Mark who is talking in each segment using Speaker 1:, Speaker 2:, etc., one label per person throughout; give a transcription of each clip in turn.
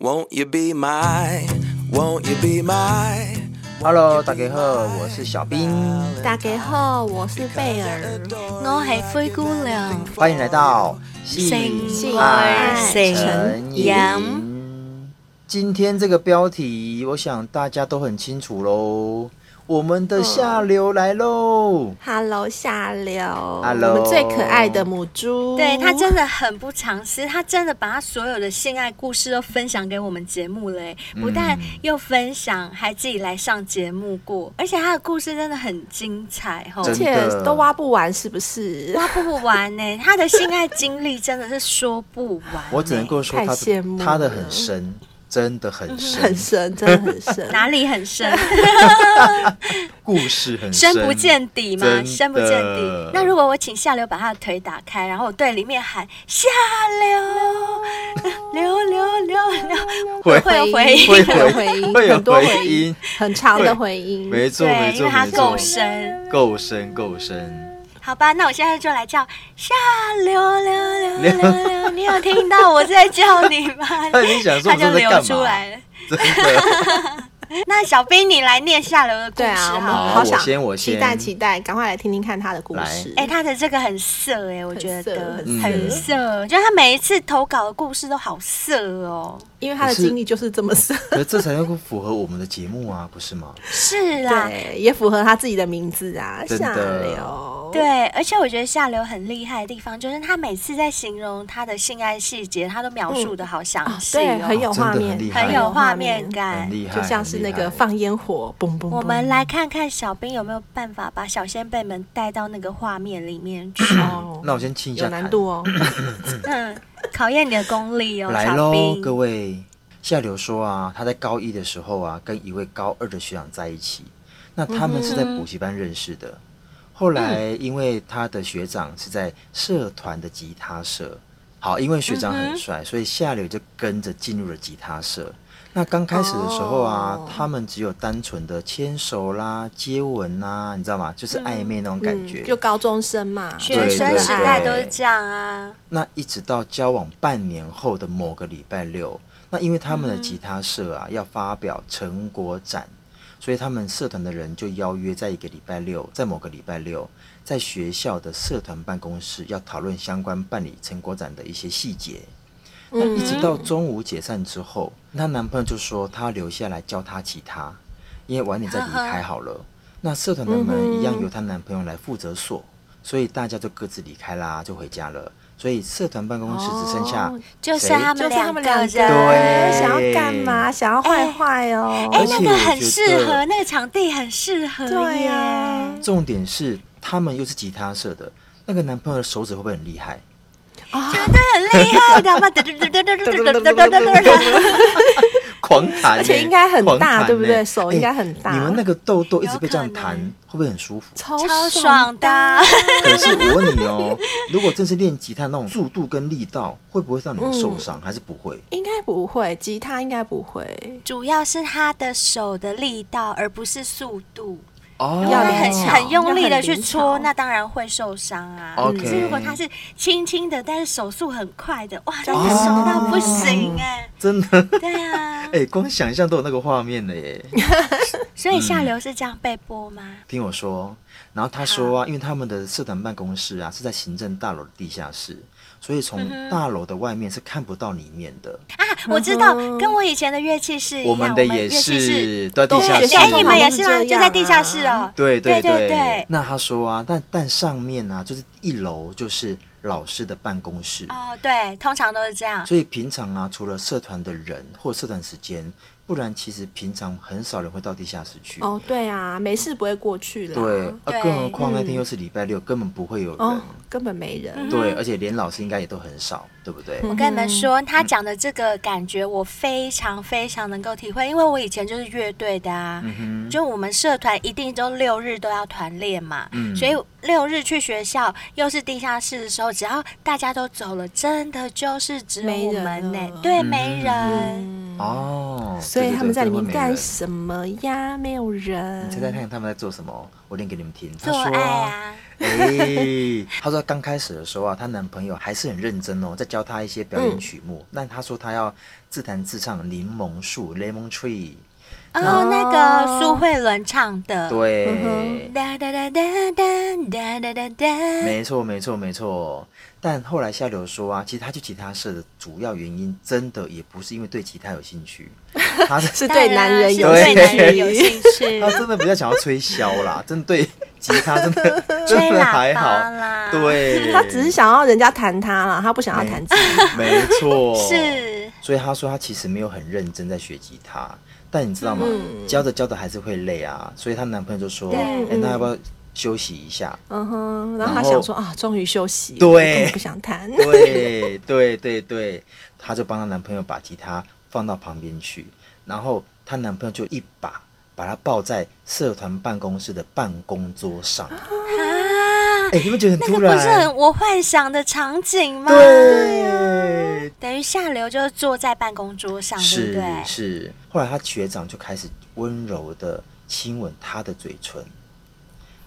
Speaker 1: Won't you be my? Won't you be my?
Speaker 2: Hello，大家好，我是小冰，
Speaker 3: 大家好，我是贝尔，
Speaker 4: 我系灰姑娘，
Speaker 2: 欢迎来到
Speaker 4: 性
Speaker 3: 爱
Speaker 4: 成瘾。
Speaker 2: 瘾。今天这个标题，我想大家都很清楚喽。我们的下流来喽！
Speaker 3: Hello 下流
Speaker 2: Hello
Speaker 3: 我们最可爱的母猪，
Speaker 4: 对他真的很不藏私，他真的把他所有的性爱故事都分享给我们节目嘞，
Speaker 2: 嗯
Speaker 4: 不但又分享，还自己来上节目过，而且他的故事真的很精彩吼，
Speaker 3: 而
Speaker 2: 真
Speaker 3: 且
Speaker 2: 的
Speaker 3: 都挖不完，是不是？
Speaker 4: 挖不完呢，他的性爱经历真的是说不完呢，
Speaker 2: 我只能够说
Speaker 3: 太
Speaker 2: 他
Speaker 3: 羡慕
Speaker 2: 的他的很深，真的很深，
Speaker 3: 很深，真的很深。
Speaker 4: 哪里 很深，
Speaker 2: 故事很
Speaker 4: 深不见底嘛
Speaker 2: 真，的
Speaker 4: 深不见底。那如果我请下流把他的腿打开，然后我对里面喊下流， 流流流流，
Speaker 2: 会
Speaker 4: 会有回音
Speaker 2: 会
Speaker 3: 会有回音，
Speaker 2: 会有
Speaker 3: 很多
Speaker 2: 回音，
Speaker 3: 很长的回音。
Speaker 2: 没错
Speaker 4: 对
Speaker 2: 没，
Speaker 4: 因
Speaker 2: 错
Speaker 4: 为它
Speaker 2: 没错
Speaker 4: 够，深。
Speaker 2: 够深够深，
Speaker 4: 好吧，那我现在就来叫下流流流流流，你有听到我在叫你 吗？
Speaker 2: 那你想说
Speaker 4: 它
Speaker 2: 我
Speaker 4: 就
Speaker 2: 们在
Speaker 4: 流
Speaker 2: 干
Speaker 4: 出
Speaker 2: 嘛？
Speaker 4: 来了。
Speaker 2: 真的。
Speaker 4: 那小兵，你来念下流的故
Speaker 3: 对
Speaker 4: 事
Speaker 3: 啊，我们
Speaker 4: 好了。
Speaker 2: 好
Speaker 3: 好想
Speaker 2: 我先我先
Speaker 3: 期待期待，赶快来听听看他的故事。
Speaker 4: 哎、他的这个很色哎、我觉
Speaker 3: 色
Speaker 4: 得
Speaker 2: 嗯
Speaker 3: 很
Speaker 4: 很
Speaker 3: 色
Speaker 4: 色，就是他每一次投稿的故事都好色哦。
Speaker 3: 因为他的
Speaker 2: 可是
Speaker 3: 经历就是这么深，
Speaker 2: 可是这才能够符合我们的节目啊，不 是吗？
Speaker 4: 是啦，
Speaker 3: 对，也符合他自己的名字啊，
Speaker 2: 真的
Speaker 3: 下流。
Speaker 4: 对，啊而且我觉得下流很厉害的地方，就是他每次在形容他的性爱细节，他都描述的好详细、哦
Speaker 3: 啊对，很有
Speaker 2: 真
Speaker 3: 画
Speaker 2: 的
Speaker 3: 面
Speaker 2: 很厉，害
Speaker 4: 很有画面感
Speaker 2: 很。厉害，
Speaker 3: 哎就像是那个
Speaker 2: 很厉害
Speaker 3: 放烟火，嘣嘣。
Speaker 4: 我们来看看小兵有没有办法把小先辈们带到那个画面里面去。
Speaker 3: 哦，
Speaker 2: 那我先亲一下
Speaker 3: 有
Speaker 2: 痰
Speaker 3: 难度哦。
Speaker 4: 嗯，考验你的功力哦，
Speaker 2: 来
Speaker 4: 小
Speaker 2: 喽，
Speaker 4: 兵。
Speaker 2: 各位。夏流说啊，他在高一的时候啊，跟一位高二的学长在一起。那他们是在补习班认识的。
Speaker 3: 嗯
Speaker 2: 后来因为他的学长是在社团的吉他社，好，因为学长很
Speaker 3: 嗯
Speaker 2: 帅，所以夏流就跟着进入了吉他社。那刚开始的时候啊，
Speaker 3: 哦
Speaker 2: 他们只有单纯的牵手啦、接吻啦，你知道吗？就是暧昧那种感觉。
Speaker 3: 嗯就高中生嘛，
Speaker 4: 学生时代
Speaker 2: 对
Speaker 4: 都是这样啊，
Speaker 2: 那一直到交往半年后的某个礼拜六，那因为他们的吉他社啊、要发表成果展，所以他们社团的人就邀约在一个礼拜六，在某个礼拜六，在学校的社团办公室要讨论相关办理成果展的一些细节。那
Speaker 3: 嗯
Speaker 2: 一
Speaker 4: 嗯
Speaker 2: 直到中午解散之后，她男朋友就说他要留下来教她吉他，因为晚点再离开好了。那社团的门一样由她男朋友来负责锁，所以大家就各自离开啦，就回家了。所以社团办公室只剩下
Speaker 3: 哦
Speaker 4: 就是
Speaker 2: 谁
Speaker 4: 他
Speaker 3: 就是
Speaker 4: 们
Speaker 3: 他
Speaker 4: 两
Speaker 3: 们
Speaker 4: 个
Speaker 3: 两
Speaker 4: 人。
Speaker 3: 个
Speaker 2: 对
Speaker 3: 想要干嘛？想要坏坏哦。
Speaker 4: 哎、
Speaker 2: 而且
Speaker 4: 那个
Speaker 2: 我
Speaker 4: 很
Speaker 2: 觉
Speaker 4: 适
Speaker 2: 得
Speaker 4: 合，那个场地很适合耶。
Speaker 3: 对呀
Speaker 2: 重点是他们又是吉他社的，那个男朋友的手指会不会很厉害？
Speaker 3: 啊
Speaker 4: 绝对很厉害的嘛！哒哒哒哒哒哒哒哒哒哒哒
Speaker 2: 狂弹欸、
Speaker 3: 而且应该很大
Speaker 2: 狂弹欸
Speaker 3: 对不对
Speaker 2: 欸
Speaker 3: 手应该很大
Speaker 2: 你们那个痘痘一直被这样
Speaker 4: 有可
Speaker 2: 弹
Speaker 4: 能，
Speaker 2: 会不会很舒服？
Speaker 3: 超
Speaker 4: 超爽的，
Speaker 2: 可是我问你哦， 如果真是练吉他那种速度跟力道，会不会让你们受伤？还是不会？
Speaker 3: 应该不会，吉他应该不会，
Speaker 4: 主要是他的手的力道，而不是速度。
Speaker 2: 哦
Speaker 4: 如果
Speaker 3: 要
Speaker 4: 他
Speaker 3: 灵
Speaker 4: 很
Speaker 3: 巧
Speaker 4: 很用力的去
Speaker 3: 要很
Speaker 4: 搓，
Speaker 3: 灵巧
Speaker 4: 那当然会受伤啊。
Speaker 2: OK
Speaker 4: 可是如果他是轻轻的，但是手速很快的，哇，
Speaker 3: 真
Speaker 4: 那
Speaker 3: 的
Speaker 4: 个手到不
Speaker 2: 哦
Speaker 4: 行哎。
Speaker 2: 真的，
Speaker 4: 对啊，
Speaker 2: 哎、光想象都有那个画面了耶。
Speaker 4: 所以下流是这样被剥
Speaker 3: 嗯
Speaker 4: 吗？
Speaker 2: 听我说，然后他说啊，因为他们的社团办公室啊是在行政大楼的地下室，所以从大楼的外面是看不到里面的。
Speaker 4: 啊，我知道，跟我以前的乐器室一样，
Speaker 2: 我
Speaker 4: 我
Speaker 2: 们的
Speaker 4: 乐
Speaker 2: 也
Speaker 4: 器室
Speaker 2: 是都在地
Speaker 3: 都
Speaker 2: 下
Speaker 3: 学
Speaker 2: 室，
Speaker 3: 校通
Speaker 4: 哎，你
Speaker 3: 常
Speaker 4: 们
Speaker 3: 都
Speaker 4: 也是
Speaker 3: 是
Speaker 4: 吗？
Speaker 3: 这
Speaker 4: 就
Speaker 3: 样
Speaker 4: 在地下
Speaker 3: 啊
Speaker 4: 室哦。
Speaker 2: 对
Speaker 4: 对
Speaker 2: 对。
Speaker 4: 对。
Speaker 2: 那他说啊，但但上面呢、啊，就是一楼就是老师的办公室。
Speaker 4: 哦，对，通常都是这
Speaker 3: 嗯
Speaker 4: 样。
Speaker 2: 所以平常啊，除了社团的人或社团时间，不然其实平常很少人会到地下室去。
Speaker 3: 哦，对啊，没事不会过去啦。
Speaker 2: 对，啊，
Speaker 4: 对
Speaker 2: 更何况那
Speaker 3: 嗯
Speaker 2: 天又是礼拜六，根本不会有人。
Speaker 3: 哦，根本没
Speaker 4: 嗯
Speaker 3: 人。
Speaker 2: 对，而且连老师应该也都很少，对不对？
Speaker 3: 嗯
Speaker 4: 我跟你们说，他讲的这个感觉，我非常非常能够体会，因为我以前就是乐队的啊，
Speaker 2: 嗯
Speaker 4: 就我们社团一定都六日都要团练嘛，
Speaker 2: 嗯
Speaker 4: 所以六日去学校又是地下室的时候，只要大家都走了，真的就是只有
Speaker 3: 没
Speaker 4: 我
Speaker 3: 人
Speaker 4: 们呢、欸
Speaker 3: 了
Speaker 4: 对，
Speaker 2: 嗯
Speaker 4: 没人。
Speaker 2: 哦，
Speaker 3: 嗯所以他们在里面干
Speaker 2: 么？
Speaker 3: 什么呀？没有人
Speaker 4: 啊
Speaker 2: 你猜。猜看他们在做什么？我念给你们听。他
Speaker 4: 做
Speaker 2: 说
Speaker 4: 爱啊，
Speaker 2: 哎，她说刚开始的时候啊，她男朋友还是很认真哦，在教她一些表演曲
Speaker 3: 嗯
Speaker 2: 目。那她说她要自弹自唱《柠檬树》（Lemon Tree）。
Speaker 4: 哦，那个苏慧伦唱
Speaker 3: 嗯
Speaker 4: 的，
Speaker 2: 对，
Speaker 4: 哒哒哒哒哒哒哒哒哒，
Speaker 2: 没错，没错，没错。但后来下流说啊，其实他去吉他社的主要原因，真的也不是因为对吉他有兴趣，他是
Speaker 3: 是对男人有
Speaker 4: 当然是对男人有
Speaker 3: 兴趣。
Speaker 4: 兴趣
Speaker 2: 他。真的比较想要吹箫啦，真的对吉他真的
Speaker 4: 吹
Speaker 2: 真的
Speaker 4: 喇
Speaker 2: 还
Speaker 4: 叭
Speaker 2: 好
Speaker 4: 啦，
Speaker 2: 对，
Speaker 3: 他只是想要人家弹他啦，他不想要弹自己。
Speaker 2: 没错，
Speaker 4: 是
Speaker 2: 所以他说他其实没有很认真在学吉他，但你知道吗？教着教着还是会累啊，所以她男朋友就说：“
Speaker 4: 嗯对
Speaker 2: 哎、那要不要休息一下
Speaker 3: 嗯哼，然后他
Speaker 2: 然后
Speaker 3: 想说啊，终于休息了，
Speaker 2: 对
Speaker 3: 根本不想 弹？” 。
Speaker 2: 对对对对，她就帮她男朋友把吉他放到旁边去，然后她男朋友就一把把她抱在社团办公室的办公桌上。
Speaker 4: 啊，
Speaker 2: 哎、你们觉得很
Speaker 4: 那
Speaker 2: 突
Speaker 4: 个不是
Speaker 2: 然？
Speaker 4: 很我幻想的场景吗？
Speaker 2: 对。
Speaker 4: 等于下流就是坐在办公桌上，对哦不
Speaker 2: 是
Speaker 4: 对？
Speaker 2: 是，后来他学长就开始温柔的亲吻她的嘴唇，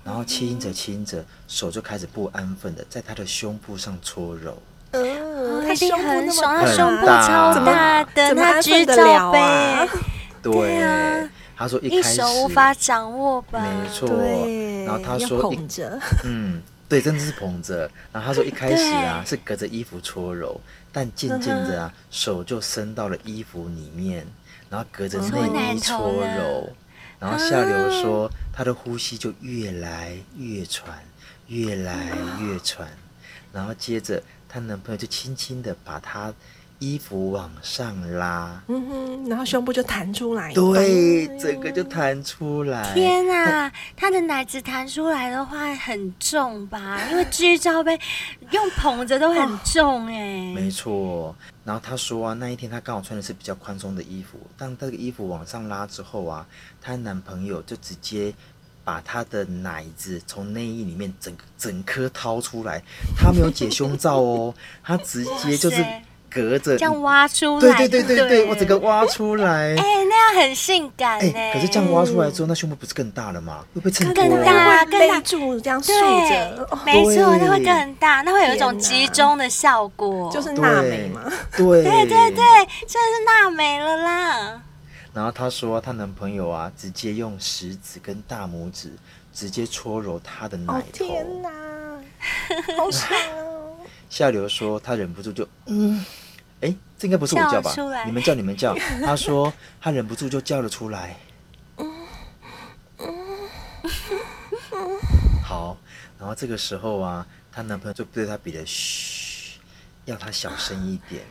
Speaker 2: 然后亲着亲着，手就开始不安分的在她的胸部上搓揉。
Speaker 3: 嗯，
Speaker 4: 一
Speaker 3: 他胸
Speaker 4: 定
Speaker 3: 部
Speaker 4: 很
Speaker 3: 那
Speaker 4: 爽，
Speaker 3: 么
Speaker 4: 哦他
Speaker 2: 很
Speaker 4: 胸部
Speaker 2: 大
Speaker 4: 超
Speaker 2: 怎么
Speaker 4: 大的，
Speaker 3: 怎么
Speaker 4: 他
Speaker 3: 安
Speaker 4: 举
Speaker 3: 分得
Speaker 4: 罩
Speaker 3: 了
Speaker 4: 杯，
Speaker 3: 啊？
Speaker 2: 对，
Speaker 4: 啊
Speaker 2: 他说一
Speaker 4: 一
Speaker 2: 开始
Speaker 4: 手无法掌握吧？
Speaker 2: 没错
Speaker 3: 对，
Speaker 2: 然后他
Speaker 3: 要
Speaker 2: 说一
Speaker 3: 捧着，
Speaker 2: 嗯，对，真的是捧着。然后他说一开始啊是隔着衣服搓揉，但渐渐着啊手就伸到了衣服里面，然后隔着内衣搓
Speaker 4: 搓奶头
Speaker 2: 揉
Speaker 4: 了。
Speaker 2: 然后下流说他的呼吸就越来越喘，越来越喘。然后接着她男朋友就轻轻的把她衣服往上拉，
Speaker 3: 嗯哼，然后胸部就弹出来，
Speaker 2: 对，整个就弹出来。
Speaker 4: 天啊，他的奶子弹出来的话很重吧？因为巨罩杯用捧着都很 重哎、
Speaker 2: 没错，然后她说啊，那一天她刚好穿的是比较宽松的衣服，但这个衣服往上拉之后啊，她男朋友就直接把她的奶子从内衣里面整整颗掏出来，她没有解胸罩哦，她直接就是
Speaker 4: 哇塞
Speaker 2: 隔着
Speaker 4: 这样，挖出
Speaker 2: 对
Speaker 4: 来，
Speaker 2: 对对
Speaker 4: 对
Speaker 2: 对
Speaker 4: 不
Speaker 2: 对，我整个挖出来，
Speaker 4: 哎、那样很性感
Speaker 2: 哎、
Speaker 4: 哎、
Speaker 2: 可是这样挖出来之后，那胸部不是更大了吗？会被衬托、
Speaker 4: 更
Speaker 2: 哦，
Speaker 4: 大
Speaker 3: 大
Speaker 4: 跟大
Speaker 3: 勒住这样竖
Speaker 4: 对
Speaker 3: 着，哦，
Speaker 4: 没错，
Speaker 2: 对
Speaker 4: 它会更大，那会有一种
Speaker 3: 天
Speaker 4: 集
Speaker 3: 哪
Speaker 4: 中的效果，
Speaker 3: 就是娜美
Speaker 2: 对
Speaker 3: 嘛，，哦
Speaker 2: 对
Speaker 4: 对对对，真的是娜美了啦。
Speaker 2: 然后她说，她男朋友啊，直接用食指跟大拇指直接搓揉她的
Speaker 3: 哦
Speaker 2: 奶头。
Speaker 3: 天哪，好爽哦！
Speaker 2: 下流说，她忍不住就嗯，哎，这应该不是我叫吧
Speaker 4: 叫出来？
Speaker 2: 你们叫，你们 叫。她说，她忍不住就叫了出来。好，然后这个时候啊，她男朋友就对她比了嘘，要她小声一点，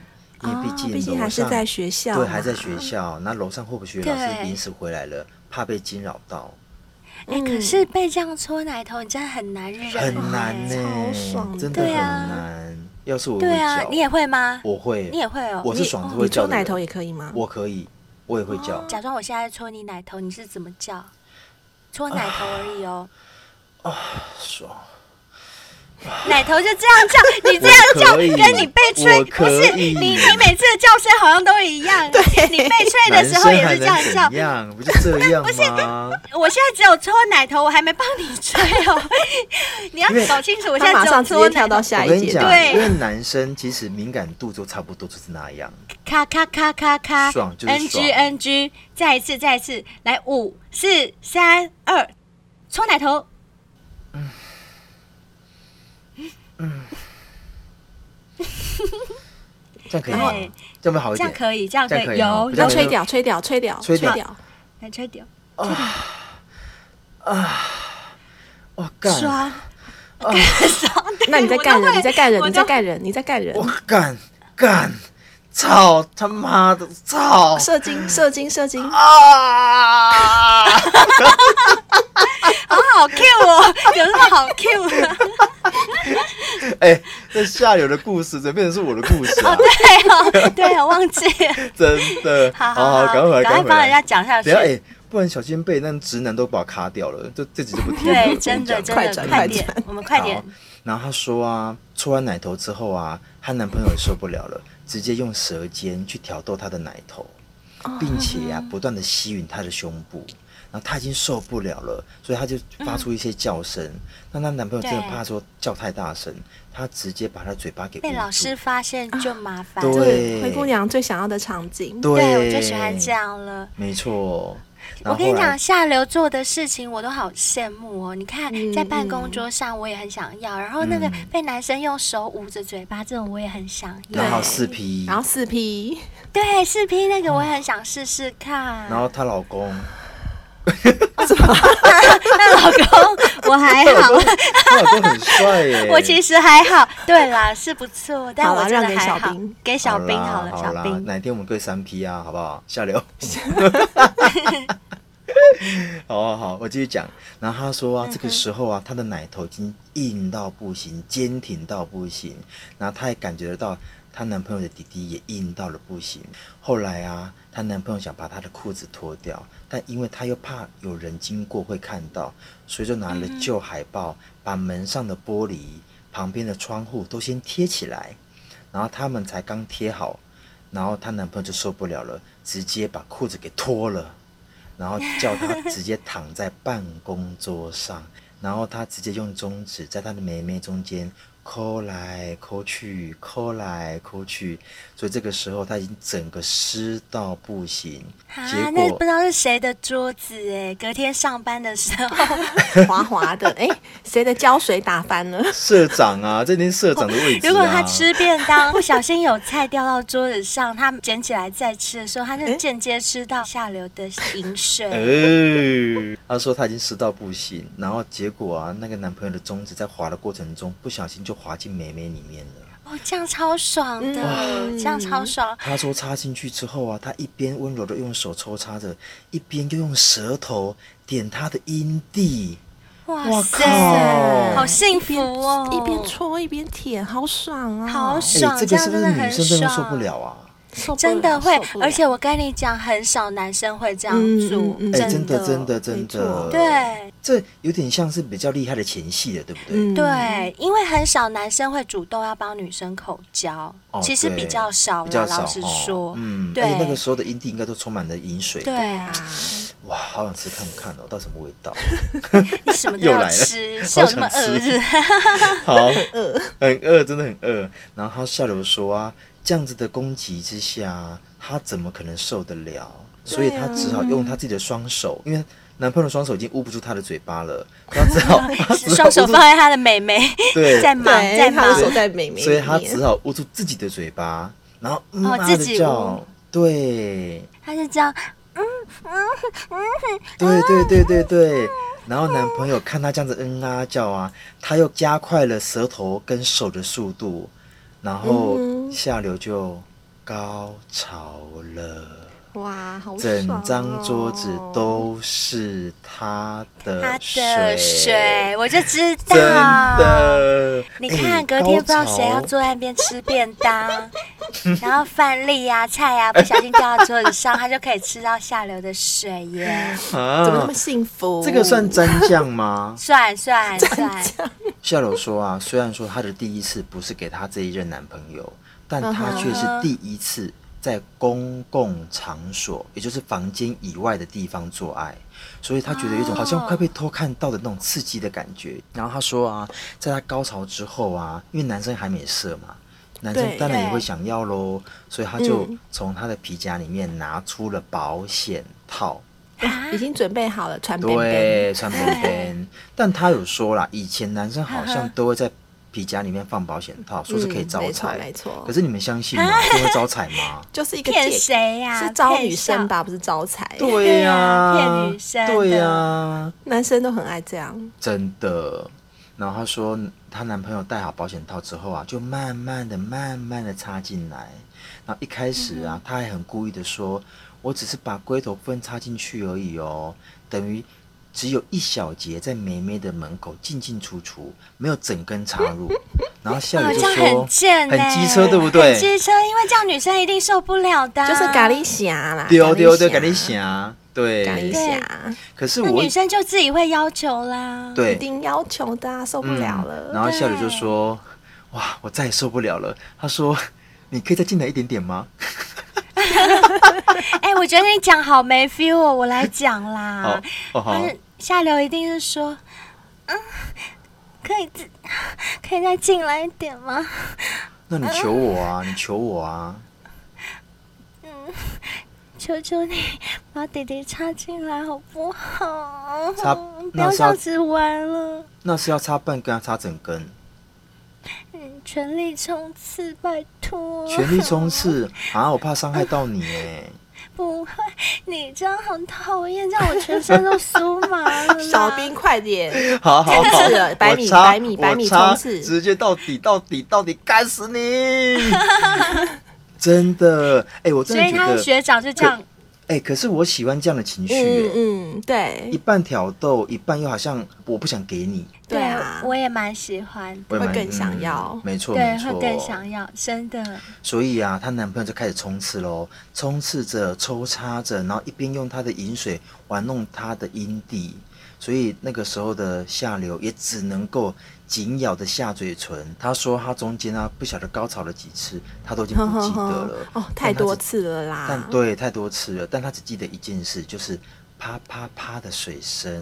Speaker 2: 因为 毕
Speaker 3: 哦
Speaker 2: 竟楼上、
Speaker 3: 毕竟还是在学校
Speaker 2: 对，
Speaker 3: 嘛
Speaker 2: 还在学校。那楼上会不会学老师
Speaker 4: 对
Speaker 2: 临时回来了，怕被惊扰到？嗯
Speaker 4: 哎、可是被这样搓奶头，你真的很难忍、
Speaker 2: 很难呢、
Speaker 3: 超爽的
Speaker 2: 真的很
Speaker 4: 哎对啊
Speaker 2: 难。要是我会
Speaker 4: 对啊
Speaker 2: 叫，
Speaker 4: 你也会吗？
Speaker 2: 我会，
Speaker 4: 你也会哦
Speaker 2: 我是爽的
Speaker 3: 你
Speaker 2: 会叫
Speaker 3: 搓
Speaker 2: 的人
Speaker 3: 奶头也可以吗？
Speaker 2: 我可以，我也会叫。
Speaker 4: 假装我现在搓你奶头，你是怎么叫？搓奶头而已哦，
Speaker 2: 爽，
Speaker 4: 奶头就这样 叫，你这样叫
Speaker 2: 啊我可以
Speaker 4: 跟你被吹
Speaker 2: 我
Speaker 4: 不
Speaker 2: 可以
Speaker 4: 是你，你每次的叫声好像都一 样。对，你被吹的
Speaker 2: 男
Speaker 4: 时
Speaker 2: 生
Speaker 4: 候也
Speaker 2: 还
Speaker 4: 是这样
Speaker 2: 能
Speaker 4: 叫
Speaker 2: 怎。样？不就这样吗？
Speaker 4: 我现在只有搓奶头，我还没帮你吹哦。 你要搞清楚，我
Speaker 3: 他
Speaker 4: 现在
Speaker 3: 马
Speaker 4: 只有
Speaker 3: 上直
Speaker 4: 搓
Speaker 3: 接跳
Speaker 4: 奶
Speaker 3: 到
Speaker 4: 头。
Speaker 3: 下
Speaker 2: 我
Speaker 3: 一
Speaker 2: 跟你
Speaker 3: 节，
Speaker 2: 讲，
Speaker 4: 对
Speaker 2: 因为男生其实敏感度就差不多就是那样。
Speaker 4: 咔咔咔咔咔
Speaker 2: 爽就是爽
Speaker 4: ，NG NG，再一次再一次，来五四三二，搓奶头。
Speaker 2: 这样可以吗
Speaker 4: 对？
Speaker 2: 这样会好一
Speaker 4: 这样
Speaker 2: 点。
Speaker 4: 可以，这样可
Speaker 2: 这样可以
Speaker 4: 以，
Speaker 2: 哈
Speaker 4: 有
Speaker 2: 比
Speaker 3: 要
Speaker 2: 较
Speaker 4: 有，
Speaker 3: 吹掉，吹掉，
Speaker 2: 吹
Speaker 3: 吹掉，吹
Speaker 2: 掉
Speaker 3: 掉，
Speaker 4: 来吹掉，
Speaker 2: 哇干，
Speaker 4: 爽，
Speaker 3: 那你在干
Speaker 4: 我都
Speaker 3: 人，
Speaker 4: 会
Speaker 3: 你在干人，
Speaker 4: 我
Speaker 3: 你
Speaker 4: 都
Speaker 3: 在干人，你在干人，
Speaker 2: 哇干干，操他妈的操
Speaker 3: 射精，射精，射精，
Speaker 2: 啊！
Speaker 4: 好好 Q 哦， 有那么好啊 Q 吗？
Speaker 2: 哎，这下流的故事，怎么变成是我的故 事啊？
Speaker 4: 对哦，对哦，忘记了，
Speaker 2: 真的，
Speaker 4: 好
Speaker 2: 哦好，赶快
Speaker 4: 赶
Speaker 2: 赶
Speaker 4: 快
Speaker 2: 快
Speaker 4: 帮人家讲下去
Speaker 2: 等一下，哎、。不然小心被那直男都把我卡掉了，就这集就不听了。
Speaker 4: 对，
Speaker 2: 我跟你
Speaker 4: 真的
Speaker 2: 讲
Speaker 4: 真
Speaker 3: 快
Speaker 4: 的，
Speaker 3: 转
Speaker 4: 快
Speaker 3: 快
Speaker 4: 点
Speaker 3: 转，
Speaker 4: 我们快点
Speaker 2: 好，然后她说啊，搓完奶头之后啊，她男朋友也受不了了，直接用
Speaker 4: 哦
Speaker 2: 舌尖去挑逗她的奶头，并且啊，不断的吸吮她的胸部。然后她已经受不了了，所以她就发出一些叫声。那她男朋友真的
Speaker 4: 对
Speaker 2: 怕说叫太大声，她直接把她嘴巴给
Speaker 4: 被
Speaker 2: 捂
Speaker 4: 老
Speaker 2: 住
Speaker 4: 师发现就麻烦。
Speaker 2: 对
Speaker 3: 对，灰姑娘最想要的场景。
Speaker 2: 对，
Speaker 4: 对我最喜欢这，样了。
Speaker 2: 没错。然
Speaker 4: 我
Speaker 2: 后
Speaker 4: 跟你
Speaker 2: 后来
Speaker 4: 讲，下流做的事情我都好羡慕哦。你看
Speaker 3: 嗯，
Speaker 4: 在办公桌上我也很想要，然后那个
Speaker 2: 嗯
Speaker 4: 被男生用手捂着嘴巴这种我也很想要。
Speaker 2: 然后四 P，
Speaker 3: 然后四 P，
Speaker 4: 对，四 P 那个我也很想试试看。
Speaker 2: 然后她老公，
Speaker 4: 那老公我还
Speaker 2: 她
Speaker 4: 好。
Speaker 2: 老，公，她老公很帅耶
Speaker 4: 我其实还好。对啦，是不错，但
Speaker 3: 好啦
Speaker 4: 我真
Speaker 3: 让
Speaker 4: 的
Speaker 3: 给
Speaker 4: 还
Speaker 3: 小
Speaker 4: 好
Speaker 3: 兵。
Speaker 4: 给小兵好
Speaker 2: 好
Speaker 4: 了，
Speaker 2: 啦
Speaker 4: 小
Speaker 2: 啦
Speaker 4: 兵。
Speaker 2: 哪天我们各三 P 啊，好不 好？下流。好好好，我继续讲。然后他说啊，这个时候啊，他的奶头已经硬到不行，坚挺到不行，然后她也感觉得到她男朋友的弟弟也硬到了不行。后来啊，她男朋友想把她的裤子脱掉，但因为她又怕有人经过会看到，所以就拿了
Speaker 4: 嗯
Speaker 2: 旧海报，把门上的玻璃、旁边的窗户都先贴起来。然后他们才刚贴好，然后她男朋友就受不了了，直接把裤子给脱了，然后叫她直接躺在办公桌上， 然后她直接用中指在她的眉眉中间抠来抠去，抠来抠去，所以这个时候她已经整个湿到不行，结
Speaker 4: 啊，那
Speaker 2: 果
Speaker 4: 不知道是谁的桌子哎！隔天上班的时候，
Speaker 3: 滑滑的，哎，谁的胶水打翻了？
Speaker 2: 社长啊，这天社长的位置、啊，
Speaker 4: 如果他吃便当不小心有菜掉到桌子上，他捡起来再吃的时候，他就间接吃到下流的饮水。
Speaker 2: 哎，她说她已经湿到不行，然后结果啊，那个男朋友的中指在滑的过程中，不小心就滑进美眉里面了。
Speaker 4: 哦，这样超爽的，
Speaker 3: 嗯
Speaker 4: 这样超爽。
Speaker 2: 她说插进去之后啊，她一边温柔的用手抽插着，一边又用舌头点她的阴蒂。
Speaker 4: 哇
Speaker 2: 哇
Speaker 4: 塞，
Speaker 2: 靠
Speaker 4: 好幸福哦！
Speaker 3: 一边戳一边舔，好爽啊！
Speaker 4: 好
Speaker 2: 哎、
Speaker 4: 爽，
Speaker 2: 这个
Speaker 4: 这
Speaker 2: 是
Speaker 4: 样
Speaker 2: 不是
Speaker 4: 真的
Speaker 2: 女
Speaker 4: 很
Speaker 2: 生真的
Speaker 4: 爽，
Speaker 2: 受不了啊？
Speaker 3: 受不了
Speaker 4: 真的会
Speaker 3: 啊受不。了
Speaker 4: 而且我跟你讲，很少男生会这样
Speaker 3: 嗯
Speaker 4: 做，
Speaker 3: 嗯嗯
Speaker 2: 哎、
Speaker 3: 真
Speaker 2: 真的真的真
Speaker 3: 没
Speaker 2: 的
Speaker 3: 错，
Speaker 4: 对。
Speaker 2: 这有点像是比较厉害的前戏了，对不对？
Speaker 3: 嗯，
Speaker 4: 对，因为很少男生会主动要帮女生口交，
Speaker 2: 哦
Speaker 4: 其实
Speaker 2: 对
Speaker 4: 比较少
Speaker 2: 比
Speaker 4: 了。
Speaker 2: 较少
Speaker 4: 老实
Speaker 2: 哦
Speaker 4: 说，
Speaker 2: 嗯，
Speaker 4: 对
Speaker 2: 而且那个时候的阴蒂应该都充满了饮水，
Speaker 4: 对啊，
Speaker 2: 哇，好想吃看看哦，到底什么味道？
Speaker 4: 你什么都
Speaker 2: 又
Speaker 4: 要
Speaker 2: 来了
Speaker 4: 吃，是
Speaker 2: 好
Speaker 4: 有那么
Speaker 2: 想
Speaker 4: 饿
Speaker 2: 吃
Speaker 4: 是不是？
Speaker 2: 好饿， 很饿，真的很饿。然后他下流说啊，这样子的攻击之下，他怎么可能受得了？
Speaker 4: 啊
Speaker 2: 所以他只好用他自己的双手，因为男朋友的双手已经捂不住他的嘴巴了，他只 好他只好
Speaker 4: 双手
Speaker 2: 捂住
Speaker 4: 放在他的妹妹，
Speaker 2: 对
Speaker 4: 在忙在
Speaker 3: 对，他
Speaker 4: 忙
Speaker 3: 的，手在美眉里面，
Speaker 2: 所以他只好捂住自己的嘴巴，然后嗯
Speaker 4: 哦
Speaker 2: 啊
Speaker 4: 自己
Speaker 2: 的
Speaker 4: 捂
Speaker 2: 叫，对，
Speaker 4: 他是这样，
Speaker 2: 对对对对对。然后男朋友看她这样子嗯啊叫啊，他又加快了舌头跟手的速度，然后
Speaker 3: 嗯
Speaker 2: 下流就高潮了，
Speaker 3: 哇，好爽哦
Speaker 2: 整张桌子都是他
Speaker 4: 他
Speaker 2: 的
Speaker 4: 的水，我就知
Speaker 2: 真
Speaker 4: 道。
Speaker 2: 的。
Speaker 4: 你
Speaker 2: 哎
Speaker 4: 看，隔天不知道谁要。
Speaker 2: 高潮
Speaker 4: 坐在那边吃便当，然后饭粒呀、菜呀、不小心掉到桌子上，他就可以吃到下流的水耶。？
Speaker 2: 啊
Speaker 3: 怎么那么幸福？
Speaker 2: 这个算蘸酱吗
Speaker 4: 算算算，
Speaker 2: 夏柔说啊，虽然说她的第一次不是给她这一任男朋友，但
Speaker 3: 嗯
Speaker 2: 她却是第一次在公共场所，也就是房间以外的地方做爱，所以她觉得有一种好像快被偷看到的那种刺激的感觉。然后她说啊，在她高潮之后啊，因为男生还没射嘛。男生
Speaker 3: 对
Speaker 2: 当然也
Speaker 4: 对
Speaker 2: 会想要喽，所以她就
Speaker 3: 嗯
Speaker 2: 从她的皮夹里面拿出了保险套，
Speaker 3: 已经准备好了，传边边。
Speaker 2: 对，穿边边。 但他有说啦，以前男生好像都会在皮夹里面放保险套，说是可以招财、
Speaker 3: 嗯没错没错？
Speaker 2: 可是你们相信吗？真会招财吗
Speaker 3: 就是一个
Speaker 4: 骗
Speaker 3: 借口
Speaker 4: 谁呀、
Speaker 3: 是招
Speaker 4: 骗
Speaker 3: 女生
Speaker 4: 笑？
Speaker 3: 吧，不是招财。
Speaker 2: 对呀、
Speaker 4: 骗女生的
Speaker 2: 对呀、
Speaker 3: 男生都很爱这样。
Speaker 2: 真的。然后她说，她男朋友戴好保险套之后啊，就慢慢的、慢慢的插进来。然后一开始
Speaker 4: 嗯
Speaker 2: 啊，她还很故意的说：“我只是把龟头部分插进去而已哦，等于只有一小节在梅梅的门口进进出出，没有整根插 入。”然后下
Speaker 4: 哦，
Speaker 2: 雨
Speaker 4: 这
Speaker 2: 就
Speaker 4: 样
Speaker 2: 说
Speaker 4: 很：“贱、欸，
Speaker 2: 很机车，对不对
Speaker 4: 很机车，因为这样女生一定受不了的啊、
Speaker 3: 就是咖喱侠啦，
Speaker 2: 丢丢丢，
Speaker 3: 咖
Speaker 2: 赶紧
Speaker 3: 喱
Speaker 2: 想。”
Speaker 3: 咖喱
Speaker 2: 哦对，哦
Speaker 3: 侠，
Speaker 2: 可是
Speaker 4: 那
Speaker 2: 我
Speaker 4: 女生就自己会要求啦。
Speaker 2: 对
Speaker 3: 一定要求的啊，受不了了。
Speaker 2: 嗯然后夏雨就说：“哇，我再也受不了了。”她说：“你可以再进来一点点吗？”
Speaker 4: 哎、我觉得你讲好没 feel，哦我来讲
Speaker 3: 啊
Speaker 4: 啦
Speaker 2: 好。，哦好
Speaker 4: 但，是下流一定是说，嗯，可以自 可以再进来一点吗？
Speaker 2: 那你求我啊，你求我啊，
Speaker 4: 求求你把弟弟插进来好不 好？
Speaker 2: 插
Speaker 4: 不
Speaker 2: 那
Speaker 4: 要
Speaker 2: 是
Speaker 4: 这
Speaker 2: 要
Speaker 4: 样子玩了，
Speaker 2: 那是要插半根，还啊是插整根，
Speaker 4: 嗯，全力冲刺，拜
Speaker 3: 哦
Speaker 4: 托。
Speaker 2: 全力冲刺啊！我怕伤害到你哎，
Speaker 4: 不会，你这样很讨厌，这样我全身都酥麻 了啦。
Speaker 3: 小兵快点！
Speaker 2: 好好好
Speaker 3: 冲刺了，百米
Speaker 2: 我插
Speaker 3: 百米百米
Speaker 2: 我插
Speaker 3: 冲刺
Speaker 2: 直接到底到底到底干死你！ 真的，哎、我真
Speaker 4: 所以
Speaker 2: 的
Speaker 4: 他
Speaker 2: 觉
Speaker 4: 的
Speaker 2: 得，
Speaker 4: 学长就这样，
Speaker 2: 哎、可是我喜欢这样的情绪、哎
Speaker 3: 嗯嗯，
Speaker 2: 一
Speaker 3: 对
Speaker 2: 半挑逗，一半又好像我不想给你，
Speaker 3: 对啊，
Speaker 4: 我也蛮喜欢的，
Speaker 2: 我也蛮
Speaker 3: 会更想要
Speaker 2: 嗯没错，
Speaker 4: 对
Speaker 2: 没，错，
Speaker 4: 会更想要，真的。
Speaker 2: 所以啊，她男朋友就开始冲刺喽，冲刺着、抽插着，然后一边用她的饮水玩弄她的阴蒂。所以那个时候的下流也只能够紧咬着下嘴唇。她说她中间啊不晓得高潮了几次，她都已经不记得了。
Speaker 3: 哦，
Speaker 2: 但
Speaker 3: 太
Speaker 2: 她
Speaker 3: 多
Speaker 2: 只
Speaker 3: 次啊了啦。
Speaker 2: 但对，太多次了，但她只记得一件事，就是啪啪啪的水声。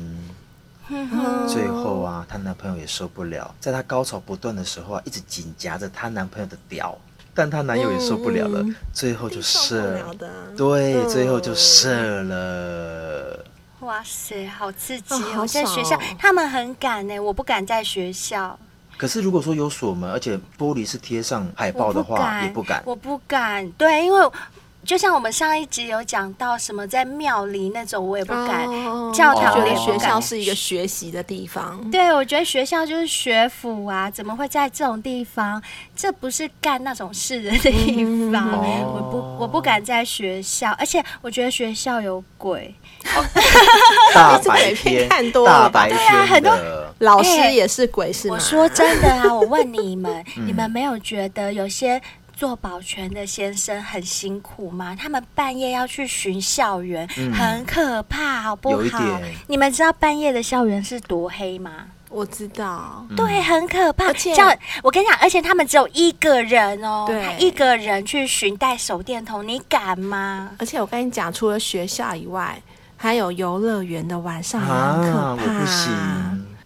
Speaker 3: 嗯哦
Speaker 2: 最后啊，她男朋友也受不了，在她高潮不断的时候啊，一直紧夹着她男朋友的屌，但她男友也受不了了，
Speaker 3: 嗯嗯
Speaker 2: 最后就
Speaker 3: 受
Speaker 2: 射
Speaker 3: 不了的啊
Speaker 2: 对，
Speaker 3: 嗯
Speaker 2: 最后就射了。
Speaker 4: 哇塞，好刺激、
Speaker 3: 哦
Speaker 4: 哦！
Speaker 3: 好
Speaker 4: 在学
Speaker 3: 爽
Speaker 4: 校
Speaker 3: 哦，
Speaker 4: 他们很敢呢、我不敢在学校，
Speaker 2: 可是如果说有锁门，而且玻璃是贴上海报
Speaker 4: 我
Speaker 2: 的
Speaker 4: 不
Speaker 2: 话，
Speaker 4: 敢，
Speaker 2: 也不敢。
Speaker 4: 我不敢。对，因为就像我们上一集有讲到什么在庙里那种，我也不敢。
Speaker 3: 哦
Speaker 4: 教
Speaker 2: 堂
Speaker 3: 觉得
Speaker 2: 也不
Speaker 3: 学
Speaker 2: 敢
Speaker 3: 校是一个学习的地方。
Speaker 4: 对，我觉得学校就是学府啊，怎么会在这种地方？这不是干那种事的地
Speaker 3: 嗯
Speaker 4: 方，
Speaker 2: 哦
Speaker 4: 我不我不敢在学校，而且我觉得学校有鬼。
Speaker 2: 大
Speaker 3: 你是鬼
Speaker 2: 白
Speaker 3: 片
Speaker 2: 天，
Speaker 3: 看多
Speaker 2: 大
Speaker 3: 了吧
Speaker 2: 白
Speaker 4: 啊
Speaker 2: 天
Speaker 4: 很多
Speaker 2: 的，
Speaker 3: 老师
Speaker 4: 哎
Speaker 3: 也是鬼是吗？
Speaker 4: 我说真的啊，我问 你们，你
Speaker 2: 嗯
Speaker 4: 们没有觉得有些做保全的先生很辛苦吗？他们半夜要去巡校园，
Speaker 2: 嗯
Speaker 4: 很可怕，好不
Speaker 2: 有一
Speaker 4: 好
Speaker 2: 点？
Speaker 4: 你们知道半夜的校园是多黑吗？
Speaker 3: 我知道，
Speaker 2: 嗯
Speaker 4: 对，很可怕。
Speaker 3: 而且
Speaker 4: 像我跟你讲，而且他们只有一个人哦，
Speaker 3: 对
Speaker 4: 他一个人去寻带手电筒，你敢吗？
Speaker 3: 而且我跟你讲，除了学校以外，还有游乐园的晚上也很
Speaker 2: 啊
Speaker 3: 可怕。
Speaker 2: 我不行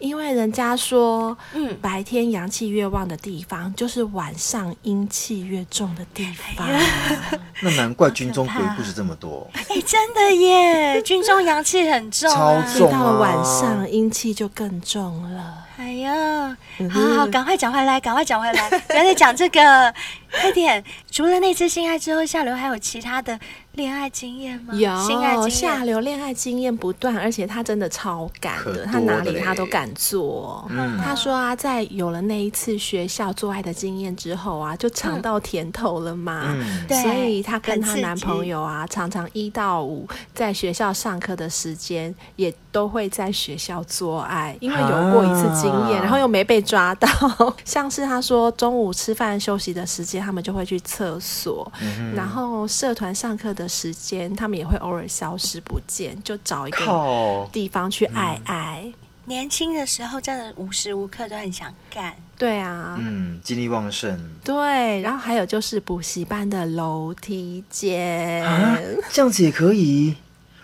Speaker 3: 因为人家说，
Speaker 4: 嗯
Speaker 3: 白天阳气越旺的地方，就是晚上阴气越重的地方。
Speaker 2: 那难怪军中
Speaker 4: 好
Speaker 2: 鬼
Speaker 4: 可怕
Speaker 2: 故事这么多，
Speaker 4: 哎，真的 耶，军中阳气很重、啊，
Speaker 2: 超
Speaker 3: 所
Speaker 2: 重
Speaker 3: 以到了晚
Speaker 2: 啊
Speaker 3: 上，阴气就更重了。
Speaker 4: 哎呀，好好，赶快讲回来，赶快讲回来，不要再讲这个，快点！除了那次性爱之后，下流还有其他的恋爱经验吗？性爱
Speaker 3: 有
Speaker 4: 经
Speaker 3: 下
Speaker 4: 验。
Speaker 3: 流恋爱经验不断，而且他真的超敢
Speaker 2: 可多
Speaker 3: 的，他哪
Speaker 2: 的
Speaker 3: 里
Speaker 2: 嘞
Speaker 3: 他都敢做。
Speaker 2: 嗯
Speaker 3: 他说啊，在有了那一次学校做爱的经验之后啊，就尝到甜头了嘛。
Speaker 2: 嗯，
Speaker 4: 对
Speaker 3: 所以她跟她
Speaker 4: 很刺
Speaker 3: 男朋友啊，常常一到五在学校上课的时间，也都会在学校做爱，因为有过一次经验，
Speaker 2: 啊
Speaker 3: 然后又没被抓到。 像是她说中午吃饭休息的时间，他们就会去厕所，
Speaker 2: 嗯
Speaker 3: 然后社团上课的时间，他们也会偶尔消失不见，就找一个
Speaker 2: 靠，嗯
Speaker 3: 地方去爱爱。
Speaker 4: 年轻的时候真的无时无刻都很想干，
Speaker 3: 对啊，
Speaker 2: 嗯，精力旺盛
Speaker 3: 对，然后还有就是补习班的楼梯间。
Speaker 2: 啊，这样子也可以，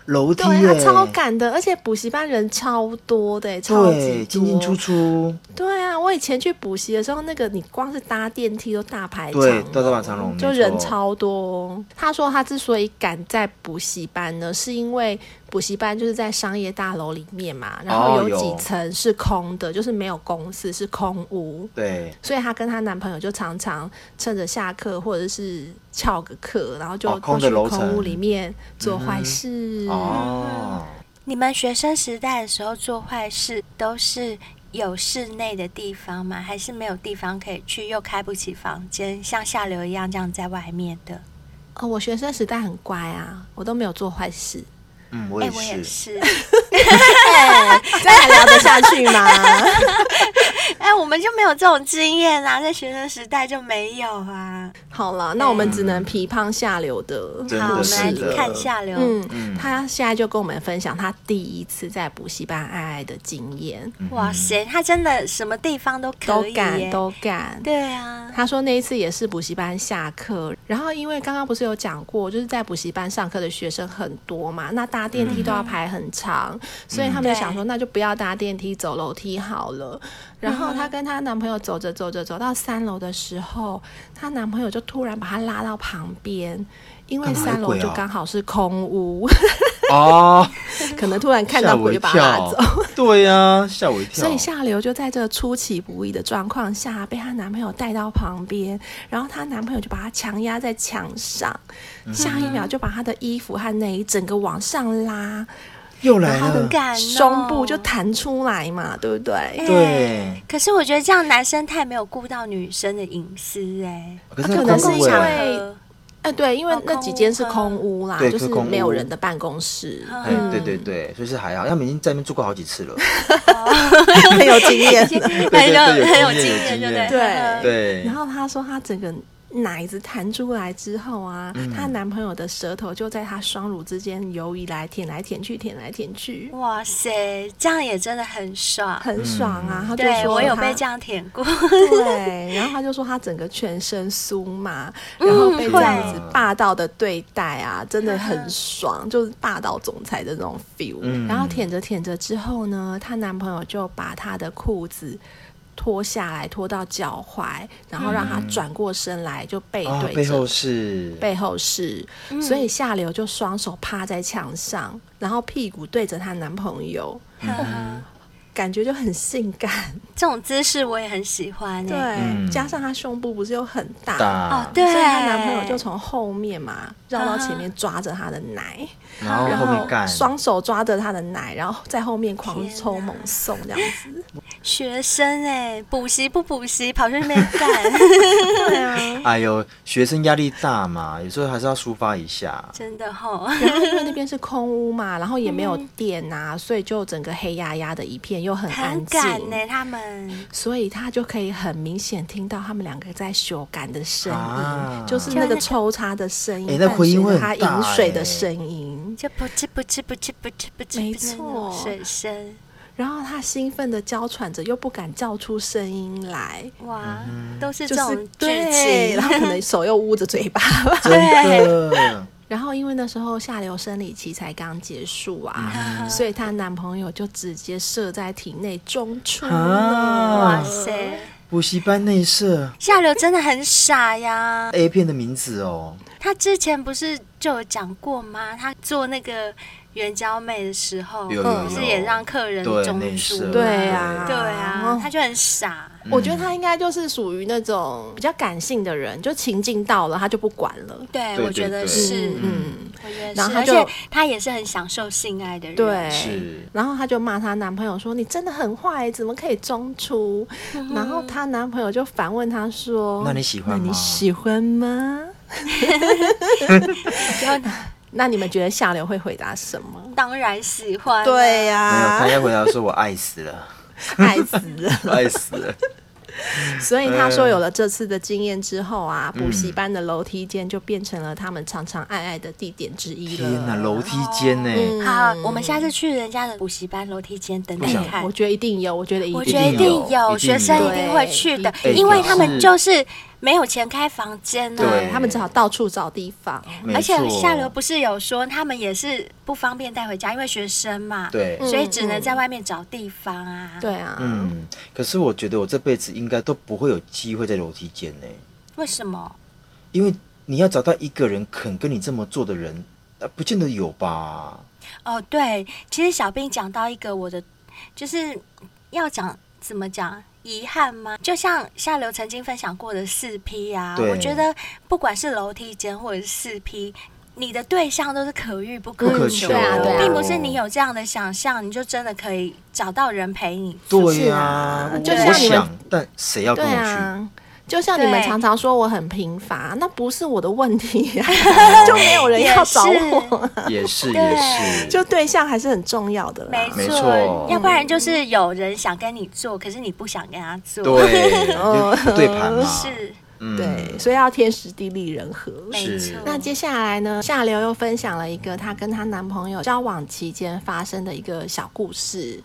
Speaker 2: 楼梯
Speaker 3: 对，他啊
Speaker 2: 耶，
Speaker 3: 超赶的，而且补习班人超多的，超级
Speaker 2: 对，进进出
Speaker 3: 出。
Speaker 2: 出，
Speaker 3: 对啊，我以前去补习的时候，那个你光是搭电梯都大排哎长
Speaker 2: 对
Speaker 3: 龙，
Speaker 2: 都大排长龙
Speaker 3: 就
Speaker 2: 没
Speaker 3: 人
Speaker 2: 错
Speaker 3: 超多。哦他说他之所以敢在补习班呢，是因为补习班就是在商业大楼里面嘛，然
Speaker 2: 哦
Speaker 3: 后有几
Speaker 2: 有
Speaker 3: 层是空的，就是没有公司，是空屋。
Speaker 2: 对，
Speaker 3: 所以她跟她男朋友就常常趁着下课或者是翘个课，然后就
Speaker 2: 哦空
Speaker 3: 过
Speaker 2: 的
Speaker 3: 去
Speaker 2: 楼
Speaker 3: 空屋
Speaker 2: 层嗯
Speaker 3: 里面做坏事。
Speaker 2: 哦，
Speaker 4: 你们学生时代的时候做坏事都是有室内的地方吗？还是没有地方可以去，又开不起房间，像下流一样这样在外面的？
Speaker 3: 哦，我学生时代很乖啊，我都没有做坏 事。
Speaker 2: 嗯，我
Speaker 4: 哎、
Speaker 2: 也
Speaker 4: 我也
Speaker 2: 是，
Speaker 4: 是。
Speaker 3: 这还哎聊得下去吗？
Speaker 4: 哎，我们就没有这种经验啊，在学生时代就没有啊。
Speaker 3: 好了，那我们只
Speaker 2: 嗯
Speaker 3: 能批判下流的。
Speaker 2: 真
Speaker 4: 好，我
Speaker 2: 的
Speaker 4: 们
Speaker 2: 是
Speaker 4: 来
Speaker 2: 的，
Speaker 4: 看下流。
Speaker 3: 嗯，
Speaker 2: 嗯
Speaker 3: 他现在就跟我们分享他第一次在补习班爱爱的经验，
Speaker 2: 嗯
Speaker 4: 哇塞，他真的什么地方都可
Speaker 3: 都
Speaker 4: 以耶
Speaker 3: 敢都敢。
Speaker 4: 对啊，
Speaker 3: 他说那一次也是补习班下课，然后因为刚刚不是有讲过，就是在补习班上课的学生很多嘛，那搭电梯都要排很长，
Speaker 2: 嗯
Speaker 3: 所以他们就
Speaker 4: 嗯
Speaker 3: 想说那就不要搭电梯，走楼梯好了。然后她跟她男朋友走着走着走到三楼的时候，她男朋友就突然把她拉到旁边，因为
Speaker 2: 干嘛有
Speaker 3: 三楼
Speaker 2: 鬼
Speaker 3: 就
Speaker 2: 啊
Speaker 3: 刚好是空屋，
Speaker 2: 哦，
Speaker 3: 可能突然 看
Speaker 2: 吓
Speaker 3: 到
Speaker 2: 我
Speaker 3: 鬼
Speaker 2: 一
Speaker 3: 就把她拉
Speaker 2: 跳
Speaker 3: 走。，
Speaker 2: 对呀，吓我一跳。
Speaker 3: 所以下流就在这出其不意的状况下，被她男朋友带到旁边，然后她男朋友就把她强压在墙上，
Speaker 2: 嗯
Speaker 3: 下一秒就把她的衣服和内衣整个往上拉，
Speaker 2: 又来
Speaker 3: 然后
Speaker 2: 了
Speaker 3: 很，
Speaker 4: 敢哦
Speaker 3: 胸部就弹出来嘛，对不
Speaker 2: 哎
Speaker 3: 对？
Speaker 2: 对。
Speaker 4: 可是我觉得这样男生太没有顾到女生的隐私哎、
Speaker 2: 可
Speaker 3: 啊
Speaker 2: 那
Speaker 3: 可
Speaker 2: 个
Speaker 3: 能
Speaker 2: 空
Speaker 3: 是
Speaker 2: 位
Speaker 3: 因
Speaker 2: 啊
Speaker 3: 为哎，对，因为
Speaker 4: 哦
Speaker 3: 那几间是
Speaker 4: 空
Speaker 3: 空
Speaker 4: 屋
Speaker 3: 屋啦，
Speaker 2: 对
Speaker 3: 就是
Speaker 2: 空屋
Speaker 3: 没有人的办公室，
Speaker 2: 哎，对对
Speaker 3: 嗯
Speaker 2: 对，所以是还好，他们已经在那边住过好几次了。哎
Speaker 3: 很有经 验。
Speaker 4: 很有
Speaker 2: 对对
Speaker 4: 很有
Speaker 2: 有经验有经
Speaker 4: 经验，对
Speaker 2: 验
Speaker 4: 不
Speaker 3: 对
Speaker 2: 对，
Speaker 3: 嗯然后她说她整个奶子弹出来之后啊，
Speaker 2: 嗯
Speaker 3: 她、男朋友的舌头就在她双乳之间游移来舔来舔去，舔来舔去，
Speaker 4: 哇塞，这样也真的很爽。
Speaker 3: 很爽
Speaker 2: 嗯
Speaker 3: 啊！她就
Speaker 4: 对
Speaker 3: 说
Speaker 4: 我有
Speaker 3: 她
Speaker 4: 被这样舔过，
Speaker 3: 对，然后她就说她整个全身酥麻，
Speaker 4: 嗯
Speaker 3: 然后被这样子
Speaker 2: 会
Speaker 3: 霸道的对待
Speaker 2: 嗯
Speaker 3: 啊，真的很爽，就是霸道总裁的那种 feel。
Speaker 2: 嗯
Speaker 3: 然后舔着舔着之后呢，她男朋友就把她的裤子。脱下来，脱到脚踝，然后让她转过身来，就背
Speaker 2: 嗯啊，
Speaker 3: 对
Speaker 2: 背
Speaker 3: 着
Speaker 2: 后是
Speaker 3: 背后是，所以下流就双手趴在墙上，然后屁股对着她男朋友，
Speaker 2: 嗯
Speaker 3: 感觉就很性感。
Speaker 4: 这种姿势我也很喜欢
Speaker 3: 对，
Speaker 4: 哎、
Speaker 3: 加上她胸部不是又很大，
Speaker 4: 哦
Speaker 2: 嗯大，，
Speaker 4: 对，
Speaker 3: 所以她男朋友就从后面嘛绕到前面抓着她的奶，
Speaker 2: 然后
Speaker 3: 然
Speaker 2: 啊后面
Speaker 3: 后
Speaker 2: 干，
Speaker 3: 双手抓着她的奶，然后在后面狂抽猛送这样子。
Speaker 4: 学生哎、补习不补习，跑去那边 干，
Speaker 3: 对啊。
Speaker 2: 哎呦，学生压力大嘛，有时候还是要抒发一下。
Speaker 4: 真的吼。
Speaker 3: 然后因为那边是空屋嘛，然后也没有电啊，所以就整个黑压压的一片，又很安
Speaker 4: 很
Speaker 3: 静。
Speaker 4: 敢呢、他们
Speaker 3: 所以他就可以很明显听到他们两个在修改的声音，
Speaker 2: 啊
Speaker 3: 就是那个抽插的声音，
Speaker 2: 哎那回音会很
Speaker 3: 伴随着
Speaker 2: 大
Speaker 3: 他饮水
Speaker 2: 哎
Speaker 3: 的声音。
Speaker 4: 就不吃不吃不吃不吃不吃，
Speaker 3: 没
Speaker 4: 不吃
Speaker 3: 错
Speaker 4: 那种水声
Speaker 3: 然后他兴奋的娇喘着，又不敢叫出声音来，
Speaker 4: 哇，都是
Speaker 3: 就
Speaker 4: 这
Speaker 3: 是
Speaker 4: 种剧
Speaker 3: 对，然
Speaker 4: 情。
Speaker 3: 后可能手又捂着嘴 巴。
Speaker 2: 真的，
Speaker 3: 然后因为那时候下流生理期才刚结束啊，
Speaker 2: 嗯
Speaker 3: 所以她男朋友就直接射在体内中出了。
Speaker 2: 啊
Speaker 4: 哇塞，
Speaker 2: 补习班内设
Speaker 4: 下流真的很傻呀！
Speaker 2: A 片的名字哦，
Speaker 4: 他之前不是就有讲过吗？他做那个援交妹的时候，
Speaker 2: 有有
Speaker 4: 不是也
Speaker 2: 有
Speaker 4: 让客人
Speaker 2: 对
Speaker 4: 中
Speaker 2: 内
Speaker 4: 暑
Speaker 2: 射
Speaker 4: 吗？
Speaker 3: 对啊
Speaker 4: 对啊
Speaker 3: 哦，
Speaker 4: 他就很傻。
Speaker 3: 我觉得他应该就是属于那种比较感性的人，就情境到了他就不管了。
Speaker 4: 对，
Speaker 2: 对
Speaker 4: 我觉
Speaker 2: 对
Speaker 4: 得
Speaker 2: 对
Speaker 4: 是，
Speaker 3: 嗯。
Speaker 4: 我觉得是，
Speaker 3: 然后他
Speaker 4: 而
Speaker 3: 就
Speaker 4: 且他也是很享受性爱的人。
Speaker 3: 对，
Speaker 2: 是
Speaker 3: 然后她就骂她男朋友说：“你真的很坏，怎么可以中出？”然 后她男朋友就反问她说：“
Speaker 2: 那你喜欢吗
Speaker 3: 那你喜欢 吗？
Speaker 4: 然后
Speaker 3: 那你们觉得下流会回答什么
Speaker 4: 当然喜？”欢。
Speaker 3: 对呀、
Speaker 2: 没有，他应该回答说：“我爱死了，
Speaker 3: 爱死了。
Speaker 2: 我爱死了。
Speaker 3: 所以她说，有
Speaker 2: 嗯
Speaker 3: 了这次的经验之后啊，补习班的楼梯间就变成了他们常常爱爱的地点之”一了。
Speaker 2: 天哪，楼梯间呢？
Speaker 4: 好，我们下次
Speaker 2: 嗯
Speaker 4: 去人家的补习班楼梯间等等看
Speaker 3: 哎我。觉得一定有，我觉得一
Speaker 4: 我
Speaker 3: 定
Speaker 4: 觉得一定
Speaker 2: 一定有
Speaker 4: 有学生一定会去的，
Speaker 3: 对
Speaker 2: 一定
Speaker 4: 因为
Speaker 2: 有
Speaker 4: 他们就是没有钱开房间呢、
Speaker 2: 对
Speaker 3: 他们只好到处找地方。
Speaker 2: 没
Speaker 4: 嗯而且
Speaker 2: 错
Speaker 4: 下流不是有说他们也是不方便带回家，因为学生嘛，
Speaker 2: 对
Speaker 4: 所以只能在外面找地方啊。
Speaker 3: 对啊，
Speaker 2: 嗯，可是我觉得我这辈子应该都不会有机会在楼梯间呢，
Speaker 4: 为什么？
Speaker 2: 因为你要找到一个人肯跟你这么做的人，呃，不见得有吧？
Speaker 4: 哦，对，其实小兵讲到一个我的，就是要讲怎么讲。遗憾吗？就像下流曾经分享过的四 P 啊，
Speaker 2: 对
Speaker 4: 我觉得不管是楼梯间或者是四 P，你的对象都是可遇不
Speaker 2: 不
Speaker 4: 可
Speaker 2: 可
Speaker 4: 求，
Speaker 2: 求
Speaker 3: 啊对啊
Speaker 4: 并不是你有这样的想象，你就真的可以找到人陪你。
Speaker 2: 对呀、
Speaker 3: 啊
Speaker 2: 我
Speaker 3: 就
Speaker 2: 我
Speaker 3: 像你们
Speaker 2: 想，但谁要跟
Speaker 3: 对
Speaker 2: 我去？
Speaker 3: 啊，就像你们
Speaker 4: 对
Speaker 3: 常常说我很贫乏，那不是我的问题、啊，就没有人要找我，
Speaker 2: 也是
Speaker 4: 对
Speaker 2: 也是，
Speaker 3: 就对象还是很重要的
Speaker 4: 没
Speaker 3: 啦。
Speaker 2: 没
Speaker 4: 错
Speaker 2: 错，
Speaker 4: 要不然就是有人
Speaker 2: 啊
Speaker 4: 想跟你做，可是你不想跟他做。
Speaker 2: 对，就不对盘嘛。
Speaker 4: 是，
Speaker 2: 嗯
Speaker 3: 对，所以要天时地利人和。
Speaker 4: 没错。
Speaker 3: 那接下来呢，夏流又分享了一个她跟她男朋友交往期间发生的一个小故事。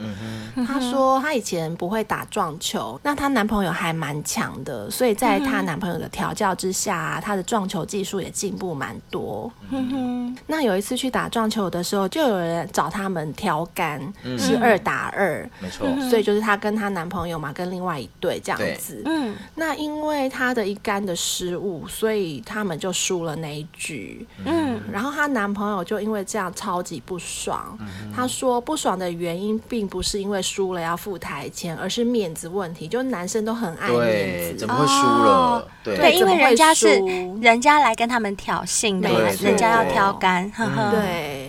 Speaker 3: 她说她以前不会打撞球，那她男朋友还蛮强的，所以在她男朋友的调教之下啊，她的撞球技术也进步蛮多。
Speaker 4: 嗯
Speaker 3: 那有一次去打撞球的时候，就有人找他们挑杆，是二打二。
Speaker 2: 没错，
Speaker 3: 所以就是她跟她男朋友嘛，跟另外一对这样子。
Speaker 4: 嗯，
Speaker 3: 那因为她的一杆的失误，所以他们就输了那一局。
Speaker 4: 嗯，
Speaker 3: 然后她男朋友就因为这样超级不爽。
Speaker 2: 嗯
Speaker 3: 他说不爽的原因并不是因为输了要付台钱，而是面子问题。就男生都很爱
Speaker 2: 对，
Speaker 3: 面子嗯
Speaker 2: 怎么，会输了
Speaker 4: 哦？
Speaker 3: 对
Speaker 4: 对，因
Speaker 3: 怎
Speaker 4: 为
Speaker 3: 么会
Speaker 4: 人家是
Speaker 3: 输
Speaker 4: 人家来跟他们挑衅的，
Speaker 3: 没
Speaker 4: 人家
Speaker 3: 错
Speaker 4: 要挑杆，呵呵，
Speaker 3: 对。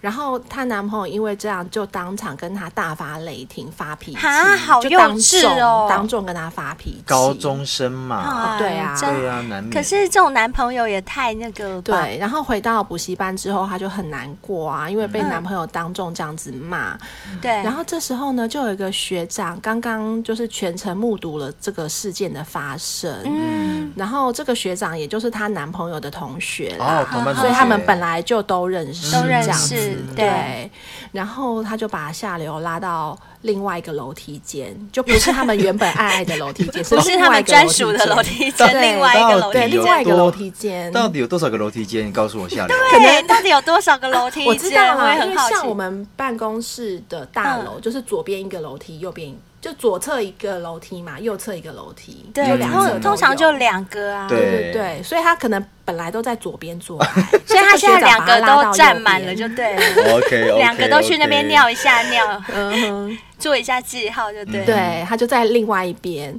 Speaker 3: 然后她男朋友因为这样，就当场跟她大发雷霆、发脾气，
Speaker 4: 哈好
Speaker 3: 就当
Speaker 4: 幼稚
Speaker 3: 众
Speaker 4: 哦
Speaker 3: 当众跟她发脾气。
Speaker 2: 高中生嘛，
Speaker 4: 啊
Speaker 3: 对啊
Speaker 4: 真
Speaker 2: 嗯对啊，难免。
Speaker 4: 可是这种男朋友也太那个了吧？
Speaker 3: 对，然后回到补习班之后，她就很难过啊，因为
Speaker 2: 嗯
Speaker 3: 被男朋友当众这样子骂。
Speaker 4: 对，
Speaker 3: 然后这时候呢，就有一个学长刚刚就是全程目睹了这个事件的发生。
Speaker 4: 嗯，
Speaker 3: 然后这个学长也就是她男朋友的同学啦
Speaker 2: 哦，同班同学，
Speaker 3: 所以他们本来就都认识，
Speaker 4: 啊都认
Speaker 3: 这样
Speaker 4: 识
Speaker 3: 子
Speaker 4: 对
Speaker 3: 对。然后他就把下流拉到另外一个楼梯间，就不是他们原本爱爱的楼梯 间，
Speaker 4: 不是
Speaker 3: 另
Speaker 4: 他
Speaker 3: 外一个
Speaker 4: 们专属的楼梯
Speaker 3: 间
Speaker 4: 间，另外一个楼
Speaker 3: 对，
Speaker 4: 梯
Speaker 2: 底有
Speaker 3: 另
Speaker 4: 间。
Speaker 3: 外一个
Speaker 2: 多
Speaker 3: 楼梯间，
Speaker 2: 到底有多少个楼梯间？你告诉我下流。
Speaker 3: 可能
Speaker 4: 对，啊到底有多少个楼梯
Speaker 3: 我知道
Speaker 4: 间？
Speaker 3: 啦，因
Speaker 4: 也
Speaker 3: 为
Speaker 4: 很好奇。嗯
Speaker 3: 像我们办公室的大楼，就是左边一个楼梯，右边一就左侧一个楼梯嘛，右侧一个楼梯，
Speaker 4: 对
Speaker 3: 就，两侧都
Speaker 4: 通
Speaker 3: 有
Speaker 4: 通常就。两个啊。
Speaker 2: 对
Speaker 3: 对对对，所以他可能本来都在左边做爱，
Speaker 4: 所以他现在两个都占满了，
Speaker 3: 就
Speaker 4: 就对了。
Speaker 2: OK，
Speaker 4: 两个都去那边尿。一下尿，
Speaker 3: 嗯哼，
Speaker 4: 做一下记号，就
Speaker 2: 嗯
Speaker 4: 对。，
Speaker 3: 对，他就在另外一边，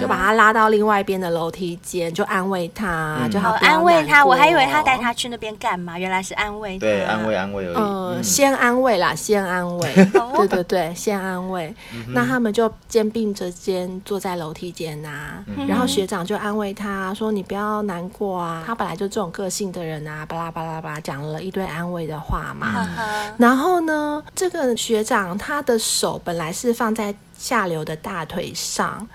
Speaker 3: 就把他拉到另外一边的楼梯间，就安慰他，就
Speaker 4: 好
Speaker 3: 好
Speaker 4: 安慰他，我还以为他带。他去那边干嘛，原来是安慰他。
Speaker 2: 啊对，安慰。安慰而已。
Speaker 3: 呃，
Speaker 2: 嗯
Speaker 3: 先安慰啦，先安慰，
Speaker 4: 哦
Speaker 3: 对对对，先安慰。那他们就肩并着肩坐在楼梯间呐、然后学长就安慰他说：“你不要难过
Speaker 4: 嗯
Speaker 3: 啊，他本来就这种个性的人啊，巴拉巴拉巴拉，讲了一堆安慰的话嘛。
Speaker 4: 呵呵
Speaker 3: 然后呢，这个学长他的手本来是放在下流的大腿上，
Speaker 4: 嗯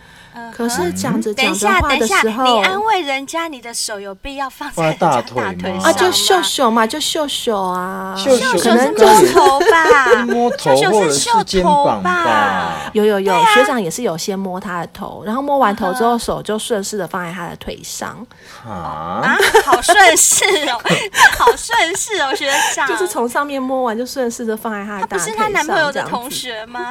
Speaker 3: 可是讲着
Speaker 4: 等
Speaker 3: 讲
Speaker 4: 一
Speaker 3: 着
Speaker 4: 下，
Speaker 3: 话
Speaker 4: 等
Speaker 3: 的
Speaker 4: 一下，
Speaker 3: 时候，
Speaker 4: 你安慰人家，你的手有必要放在人家
Speaker 2: 放在大腿
Speaker 4: 大
Speaker 2: 吗
Speaker 4: 腿上
Speaker 2: 啊
Speaker 3: 啊，
Speaker 4: 吗
Speaker 3: 就秀秀嘛，就秀秀啊，
Speaker 2: 秀
Speaker 4: 秀
Speaker 2: 可
Speaker 4: 秀是
Speaker 2: 能
Speaker 4: 摸头吧？
Speaker 2: 摸头
Speaker 4: 秀秀
Speaker 2: 或者
Speaker 4: 是
Speaker 2: 是
Speaker 4: 秀
Speaker 2: 肩
Speaker 4: 头
Speaker 2: 膀吧
Speaker 4: 吧？
Speaker 3: 有有有，
Speaker 4: 啊
Speaker 3: 学长也是有先摸他的头，然后摸完头之后，手就顺势的放在他的腿上，
Speaker 2: 啊
Speaker 4: 啊，好顺势哦， 好顺势哦，学长。
Speaker 3: 就是从上面摸完就顺势的放在他的
Speaker 4: 不
Speaker 3: 大腿上，
Speaker 4: 是她男朋友
Speaker 3: 这
Speaker 4: 的
Speaker 3: 样
Speaker 4: 同
Speaker 3: 子
Speaker 4: 学吗？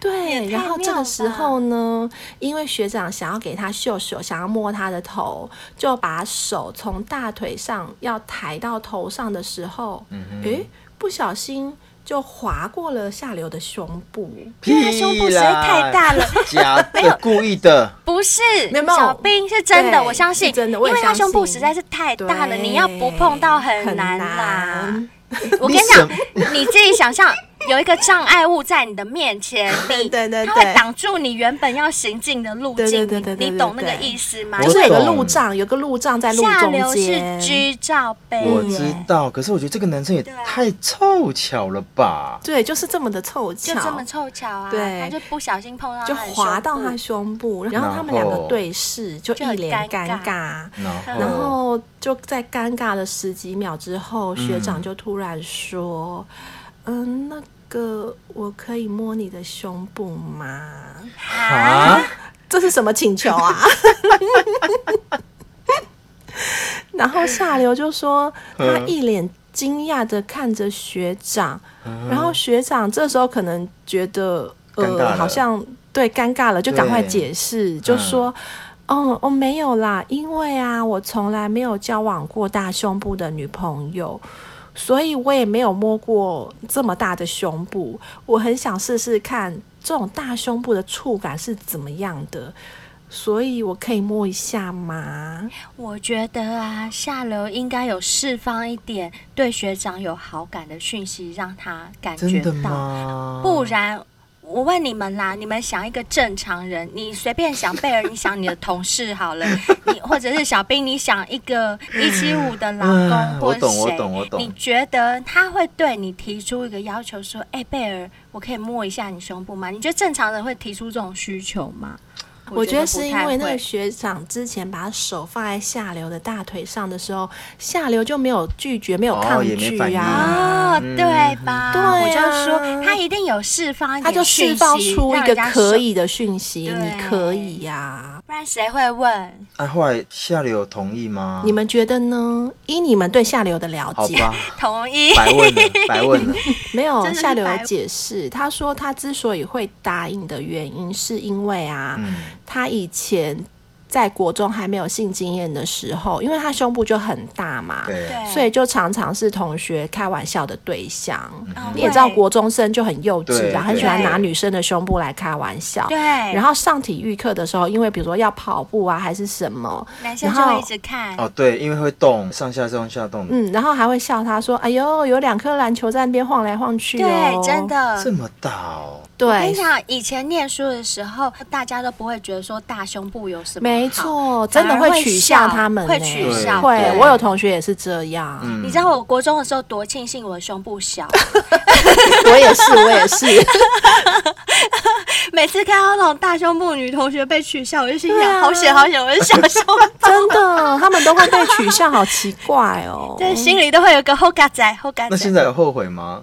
Speaker 3: 对，
Speaker 4: 也
Speaker 3: 然
Speaker 4: 太
Speaker 3: 后这
Speaker 4: 妙
Speaker 3: 个时
Speaker 4: 吧
Speaker 3: 候呢，因为学长想要给他秀秀，想要摸他的头，就把手从大腿上要抬到头上的时候，诶、不小心就划过了下流的胸部。
Speaker 4: 因为他胸部实在太大了
Speaker 2: 屁啦，假的，故意的。
Speaker 4: 不是，
Speaker 3: 没有没有
Speaker 4: 小兵是真的，
Speaker 3: 对
Speaker 4: 我相信，
Speaker 3: 是真的我也
Speaker 4: 因为他
Speaker 3: 相信
Speaker 4: 胸部实在是太哎大了，
Speaker 3: 对
Speaker 4: 你要不碰到很难啦
Speaker 3: 难。
Speaker 4: 我跟你讲，你自己想象有一个障碍物在你的面前，你
Speaker 3: 对对对
Speaker 4: 它会挡住你原本要行进的路
Speaker 3: 对对
Speaker 4: 径
Speaker 3: 对对，
Speaker 4: 你
Speaker 3: 对
Speaker 4: 你懂那
Speaker 3: 对
Speaker 4: 个
Speaker 3: 对
Speaker 4: 意思吗？
Speaker 2: 我
Speaker 3: 就是有个
Speaker 2: 懂
Speaker 3: 路障，有个路障在路
Speaker 4: 下
Speaker 3: 中
Speaker 4: 流
Speaker 3: 间。
Speaker 4: 是居照杯，
Speaker 2: 我知道，可是我觉得这个男生也太凑巧了吧？
Speaker 3: 对，就是这么的凑巧，
Speaker 4: 就这么凑巧啊，
Speaker 3: 对
Speaker 4: 他就不小心碰到，
Speaker 3: 就滑到他
Speaker 4: 他的胸
Speaker 3: 胸部，然后他们
Speaker 2: 然
Speaker 3: 两
Speaker 2: 后嗯
Speaker 3: 个对视，就
Speaker 4: 就
Speaker 3: 一
Speaker 4: 很
Speaker 3: 脸
Speaker 4: 尴
Speaker 3: 尴
Speaker 4: 尬
Speaker 3: 尬。
Speaker 2: 然
Speaker 3: 然
Speaker 2: 后
Speaker 3: 后就在尴尬的十几秒之后，学
Speaker 2: 嗯
Speaker 3: 长就突然说：“嗯，那个我可以摸你的胸部吗？
Speaker 4: 部
Speaker 2: 啊，
Speaker 3: 这是什么请求啊？” 然后下流就说他
Speaker 2: 嗯
Speaker 3: 一脸惊讶的看着学长，然后学长这时候可能觉得
Speaker 2: 嗯尴尬了
Speaker 3: 呃好像对尴尬了，就赶快
Speaker 2: 对
Speaker 3: 解释，就说。哦，哦，没有啦，因为啊，我从来没有交往过大胸部的女朋友，所以我也没有摸过这么大的胸部。我很想试试看这种大胸部的触感是怎么样的，所以我可以摸一下吗？
Speaker 4: 我觉得啊，下流应该有释放一点对学长有好感的讯息，让他感觉
Speaker 2: 真的
Speaker 4: 到，
Speaker 2: 吗？
Speaker 4: 不然。我问你们啦，你们想一个正常人，你随便想贝尔，你想你的同事 好了，你或者是小兵，你想一个一七五的老
Speaker 2: 嗯
Speaker 4: 公或
Speaker 2: 我
Speaker 4: 者
Speaker 2: 懂我
Speaker 4: 谁
Speaker 2: 懂我，懂
Speaker 4: 你觉得他会对你提出一个要求，说，哎、贝尔，我可以摸一下你胸部吗？你觉得正常人会提出这种需求吗？
Speaker 3: 我觉得
Speaker 4: 不
Speaker 3: 是因
Speaker 4: 太
Speaker 3: 为那
Speaker 4: 会
Speaker 3: 个学长之前把手放在下流的大腿上的时候，下流就没有拒绝，没有
Speaker 2: 哦
Speaker 3: 抗
Speaker 2: 也没
Speaker 3: 拒
Speaker 2: 反应
Speaker 3: 啊，
Speaker 4: 哦，对吧？
Speaker 3: 对啊
Speaker 4: 我就说他一定有释放一
Speaker 3: 他
Speaker 4: 点
Speaker 3: 就
Speaker 4: 讯
Speaker 3: 释
Speaker 4: 息
Speaker 3: 放出一
Speaker 4: 让
Speaker 3: 个
Speaker 4: 人家
Speaker 3: 可
Speaker 4: 受
Speaker 3: 以的讯息，
Speaker 4: 对
Speaker 3: 你可以呀、
Speaker 4: 不然谁会问？
Speaker 2: 啊，后来下流有同意吗？
Speaker 3: 你们觉得呢？依你们对下流的了
Speaker 2: 好
Speaker 3: 解，
Speaker 2: 吧，
Speaker 4: 同意？
Speaker 2: 白问了，白问了。
Speaker 3: 没有
Speaker 4: 真的是
Speaker 3: 下流
Speaker 4: 白
Speaker 3: 有解释，他说他之所以会答应的原因，是因为啊，
Speaker 2: 嗯，
Speaker 3: 他以前在国中还没有性经验的时候，因为他胸部就很大嘛，
Speaker 2: 对，
Speaker 4: 对，
Speaker 3: 所以就常常是同学开玩笑的对象。
Speaker 4: 啊
Speaker 3: 你也知道，
Speaker 4: 会
Speaker 3: 国中生就很幼稚
Speaker 2: 嗯对
Speaker 3: 啊，很喜欢
Speaker 4: 对
Speaker 3: 拿女生的胸部来开玩笑。
Speaker 4: 对，
Speaker 3: 然
Speaker 4: 然
Speaker 3: 后上体育课的时候，因为比如说要跑步啊，还是什么，
Speaker 4: 男生
Speaker 3: 然
Speaker 4: 就会
Speaker 3: 后
Speaker 4: 一直看，
Speaker 2: 哦对，因为会动，上下上下动，
Speaker 3: 嗯，然后还会笑他说：“哎呦，有两颗篮球在那边晃来晃去、哦。”
Speaker 4: 对，真。
Speaker 2: 这
Speaker 4: 的。
Speaker 2: 么大哦，
Speaker 4: 我跟
Speaker 3: 对
Speaker 4: 你，讲，以前念书的时候，大家都不会觉得说大胸部有什么
Speaker 3: 没
Speaker 4: 好。
Speaker 3: 错，
Speaker 4: 反
Speaker 3: 真的
Speaker 4: 而会
Speaker 3: 取
Speaker 4: 笑
Speaker 3: 笑他们呢，
Speaker 4: 会取
Speaker 2: 笑
Speaker 3: 会
Speaker 2: 对
Speaker 3: 我有同学也是这样，
Speaker 4: 你知道我国中的时候多庆幸我的胸部小，
Speaker 3: 我也是，我也是，
Speaker 4: 每次看到那种大胸部女同学被取笑，我就心
Speaker 3: 对
Speaker 4: 想
Speaker 3: 啊
Speaker 4: 好险好险，我是小胸部，
Speaker 3: 真的，他们都会被取笑，好奇怪哦。
Speaker 4: 对，心里都会有个后嘎仔后
Speaker 3: 嗯
Speaker 4: 嘎
Speaker 2: 那
Speaker 4: 仔
Speaker 2: 现。在有后悔吗？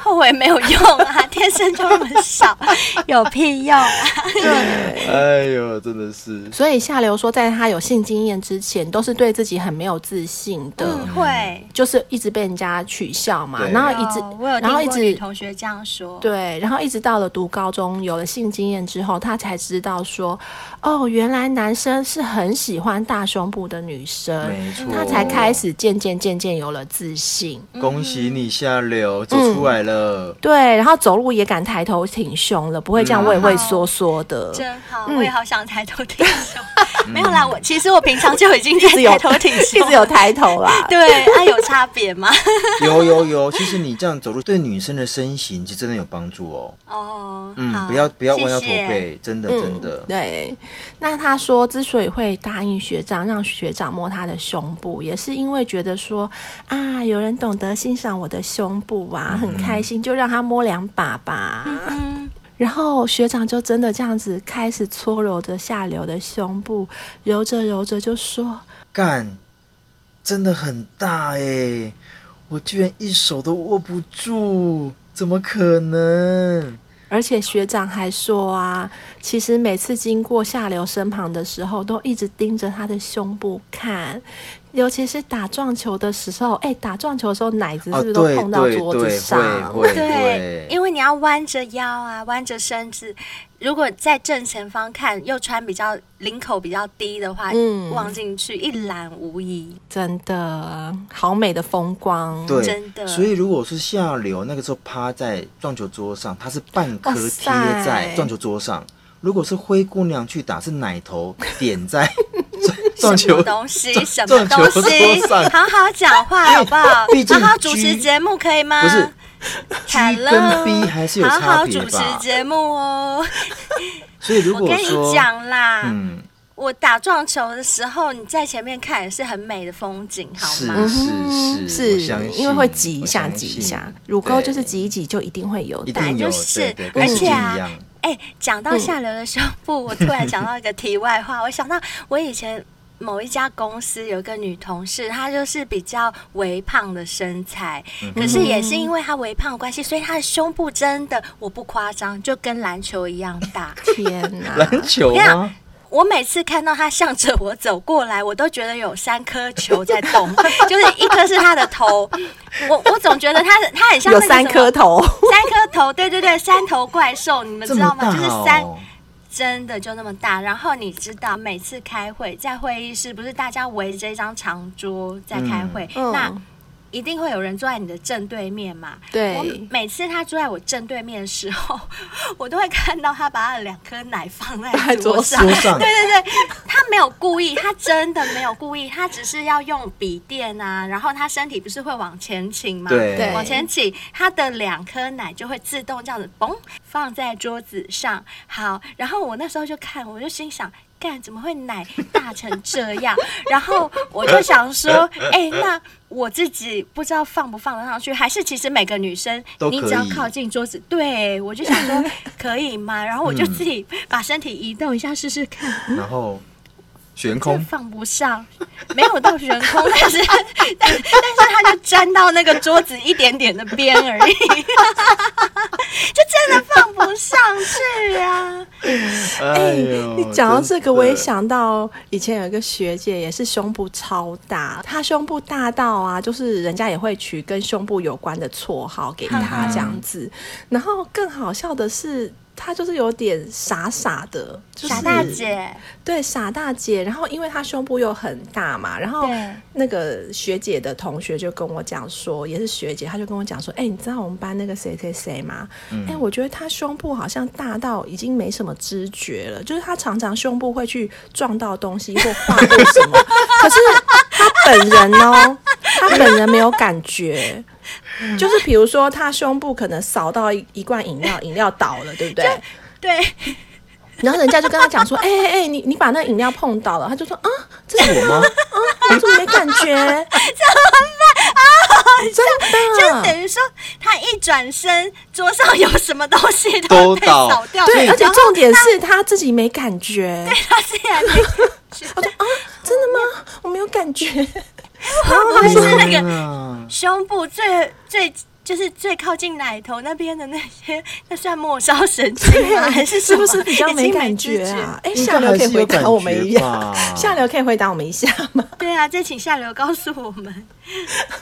Speaker 4: 后悔没有用 啊，天生就那么少，有屁用啊！
Speaker 2: 哎呦，真的是，
Speaker 3: 所以下流说，在他有性经验之前，都是对自己很没有自信的，
Speaker 4: 嗯，会。
Speaker 3: 就是一直被人家取笑嘛，
Speaker 2: 对
Speaker 3: 然后一直
Speaker 4: 有哦我有，
Speaker 3: 然后
Speaker 4: 听
Speaker 3: 一
Speaker 4: 过女
Speaker 3: 直
Speaker 4: 同学这样说，
Speaker 3: 对，然后一直到了读高中，有了性经验之后，他才知道说，哦，原来男生是很喜欢大胸部的女生
Speaker 2: 没，错
Speaker 3: 嗯他才开始渐渐渐渐有了自信。
Speaker 2: 恭喜你下流走
Speaker 3: 嗯
Speaker 2: 出来了，
Speaker 3: 对，然后走路也敢抬头挺胸了，不会这样畏畏缩缩的。
Speaker 4: 真好，
Speaker 3: 嗯
Speaker 4: 我也好想抬头挺胸。 没有啦，我其实我平常就已经在
Speaker 3: 嗯一直有
Speaker 4: 抬头挺
Speaker 3: 一
Speaker 4: 胸，。
Speaker 3: 直有。抬头啦
Speaker 4: 对，啊，有差别吗？
Speaker 2: 有有有，其实你这样走路对女生的身形是真的有帮助哦。
Speaker 4: 哦，
Speaker 2: 嗯，
Speaker 4: 好
Speaker 2: 不要不要弯腰
Speaker 4: 谢
Speaker 2: 驼
Speaker 4: 谢
Speaker 2: 背，真的真的。
Speaker 3: 嗯对，那他说之所以会答应学长让学长摸他的胸部，也是因为觉得说啊，有人懂得欣赏我的胸部啊，
Speaker 2: 嗯
Speaker 3: 很开心，就让他摸两把吧。
Speaker 4: 嗯，
Speaker 3: 然后学长就真的这样子开始搓揉着下流的胸部，揉着揉着就说
Speaker 2: 干，真的很大哎、我居然一手都握不住，怎么可能？
Speaker 3: 而且学长还说啊，其实每次经过下流身旁的时候，都一直盯着他的胸部看，尤其是打撞球的时候，哎，打撞球的时候奶子是
Speaker 2: 啊，
Speaker 3: 不是都
Speaker 2: 对
Speaker 3: 碰到
Speaker 2: 对
Speaker 3: 桌子
Speaker 2: 对，
Speaker 3: 上？
Speaker 2: 会会
Speaker 4: 对，
Speaker 2: 会，
Speaker 4: 因为你要弯着腰啊，弯着身子。如果在正前方看，又穿比较领口比较低的话，
Speaker 3: 嗯
Speaker 4: 望进去一览无遗。
Speaker 3: 真的好美的风光，
Speaker 2: 对，
Speaker 4: 嗯真的
Speaker 2: 所以如果是下流，那个时候趴在撞球桌上，它是半颗
Speaker 3: 哇
Speaker 2: 贴
Speaker 3: 塞
Speaker 2: 在撞球桌上；如果是灰姑娘去打，是奶头点 在撞撞
Speaker 4: 什么
Speaker 2: 球。
Speaker 4: 东西？
Speaker 2: 撞
Speaker 4: 什么东
Speaker 2: 撞球
Speaker 4: 西
Speaker 2: 桌？上
Speaker 4: 好好讲话好不好
Speaker 2: 毕？竟
Speaker 4: 好好主
Speaker 2: G-
Speaker 4: 持节目可以吗？
Speaker 2: 不是
Speaker 4: h e
Speaker 2: G 跟 B 还是有
Speaker 4: 好
Speaker 2: 差
Speaker 4: 好
Speaker 2: 别
Speaker 4: 主持
Speaker 2: 吧？
Speaker 4: 节目哦。
Speaker 2: 所以如
Speaker 4: 我
Speaker 2: 果
Speaker 4: 跟
Speaker 2: 说
Speaker 4: 你，讲啊啦，
Speaker 2: 嗯，
Speaker 4: 我打撞球的时候，你在前面看也是很美的风景，好
Speaker 2: 是
Speaker 4: 吗？
Speaker 2: 是是，我相
Speaker 3: 嗯是
Speaker 2: 信
Speaker 3: 因为会挤一下
Speaker 2: 我相
Speaker 3: 挤一
Speaker 2: 信
Speaker 3: 下，乳沟就是
Speaker 2: 对
Speaker 3: 挤一挤就一定会有
Speaker 2: 一
Speaker 3: 的。
Speaker 2: 定有，
Speaker 4: 就是
Speaker 2: 对对，
Speaker 4: 而
Speaker 2: 跟事
Speaker 4: 且
Speaker 2: 情一
Speaker 4: 啊
Speaker 2: 样，
Speaker 4: 哎、讲到下流的胸
Speaker 2: 嗯
Speaker 4: 部，我突然想到一个题外话， 我想到我以前。某一家公司有一个女同事，她就是比较微胖的身材，
Speaker 2: 嗯
Speaker 4: 可是也是因为她微胖的关系，所以她的胸部真的我不夸张，就跟篮球一样大。
Speaker 3: 天哪！
Speaker 2: 篮球啊
Speaker 4: 你
Speaker 2: 吗
Speaker 4: 看？我每次看到他向着我走过来，我都觉得有三颗球在动，就是一颗是他的头，我我总觉得他的他很像
Speaker 3: 有
Speaker 4: 那个
Speaker 3: 三
Speaker 4: 什么
Speaker 3: 颗，头，
Speaker 4: 三颗头，对对对，三头怪兽，你们
Speaker 2: 这
Speaker 4: 知
Speaker 2: 么
Speaker 4: 道吗？
Speaker 2: 大
Speaker 4: 就是三
Speaker 2: 哦，
Speaker 4: 真的就那么大。然后你知道，每次开会在会议室，不是大家围着一张长桌在开会，
Speaker 3: 嗯
Speaker 4: 那一定会有人坐在你的正对面嘛？我
Speaker 3: 对，
Speaker 4: 每次他坐在我正对面的时候，我都会看到他把他的两颗奶放在
Speaker 3: 在桌
Speaker 4: 桌上。
Speaker 2: 桌上
Speaker 4: 对对对，他没有故意，他真的没有故意，他只是要用笔电啊，然后他身体不是会往前倾吗？
Speaker 2: 对
Speaker 3: 对
Speaker 4: 往前倾，他的两颗奶就会自动这样子嘣放在桌子上。好，然后我那时候就看，我就心想。干怎么会奶大成这样？然后我就想 说，哎、那我自己不知道放不放得上去，还是其实每个女生
Speaker 2: 都
Speaker 4: 你
Speaker 2: 可
Speaker 4: 只要
Speaker 2: 以
Speaker 4: 靠近桌子，对我就想 说可以吗？然后我就自己把身体移动一下试试看，
Speaker 2: 然后悬
Speaker 4: 真
Speaker 2: 空
Speaker 4: 的，放不上，没有到悬空，但是 但但是它就沾到那个桌子一点点的边而已， 就真的放不上去啊！
Speaker 2: 哎呦，
Speaker 3: 你讲到这个，我也
Speaker 2: 真的
Speaker 3: 想
Speaker 4: 嗯
Speaker 3: 到以前有一个学姐，也是胸部超大，她胸部大到啊，就是人家也会取跟胸部有关的绰号给她
Speaker 4: 嗯
Speaker 3: 这样子。然后更好笑的是，她就是有点傻傻的，就是
Speaker 4: 傻大姐，
Speaker 3: 对傻大姐。然后因为她胸部又很大嘛，然后
Speaker 4: 对
Speaker 3: 那个学姐的同学就跟我讲说，也是学姐，她就跟我讲说，哎、你知道我们班那个谁谁谁吗？哎、我觉得她胸部好像大到已经没什么知觉了，就是她常常胸部会去撞到东西或划过什么，可是她本人哦，她本人没有感觉。就是比如说，她胸部可能扫到一一罐饮料，饮料倒了，对不对？
Speaker 4: 对，
Speaker 3: 然后人家就跟他讲说：“ 哎哎哎，你你把那个饮料碰倒了。”他就说：“啊，这是
Speaker 2: 是我吗？
Speaker 3: 我怎么没感 觉？”怎么办啊？
Speaker 4: 啊就
Speaker 3: 真的，
Speaker 4: 等于说他一转身，桌上有什么东西
Speaker 2: 都
Speaker 4: 都被
Speaker 2: 倒
Speaker 4: 扫掉，
Speaker 3: 对，而且
Speaker 4: 然后
Speaker 3: 重点是他自己没感觉。
Speaker 4: 他竟然没
Speaker 3: 他说：“啊，真的吗？我没有感觉。
Speaker 4: 我会
Speaker 3: 嗯
Speaker 4: 是那个
Speaker 2: 啊
Speaker 4: 胸部最最就是最靠近奶头那边的那些，那算末梢神经吗？啊还是什
Speaker 3: 啊是
Speaker 4: 么
Speaker 3: 不是比较
Speaker 4: 已经没
Speaker 3: 感
Speaker 4: 知
Speaker 3: 觉
Speaker 4: 觉
Speaker 3: 啊？”哎，
Speaker 2: 应
Speaker 3: 下
Speaker 2: 该
Speaker 3: 流
Speaker 2: 还
Speaker 3: 可以
Speaker 2: 是
Speaker 3: 回
Speaker 2: 有感
Speaker 3: 答我们一
Speaker 2: 觉
Speaker 3: 下。
Speaker 2: 吧？
Speaker 3: 下流可以回答我们一下吗？
Speaker 4: 对啊，这请下流告诉我 们。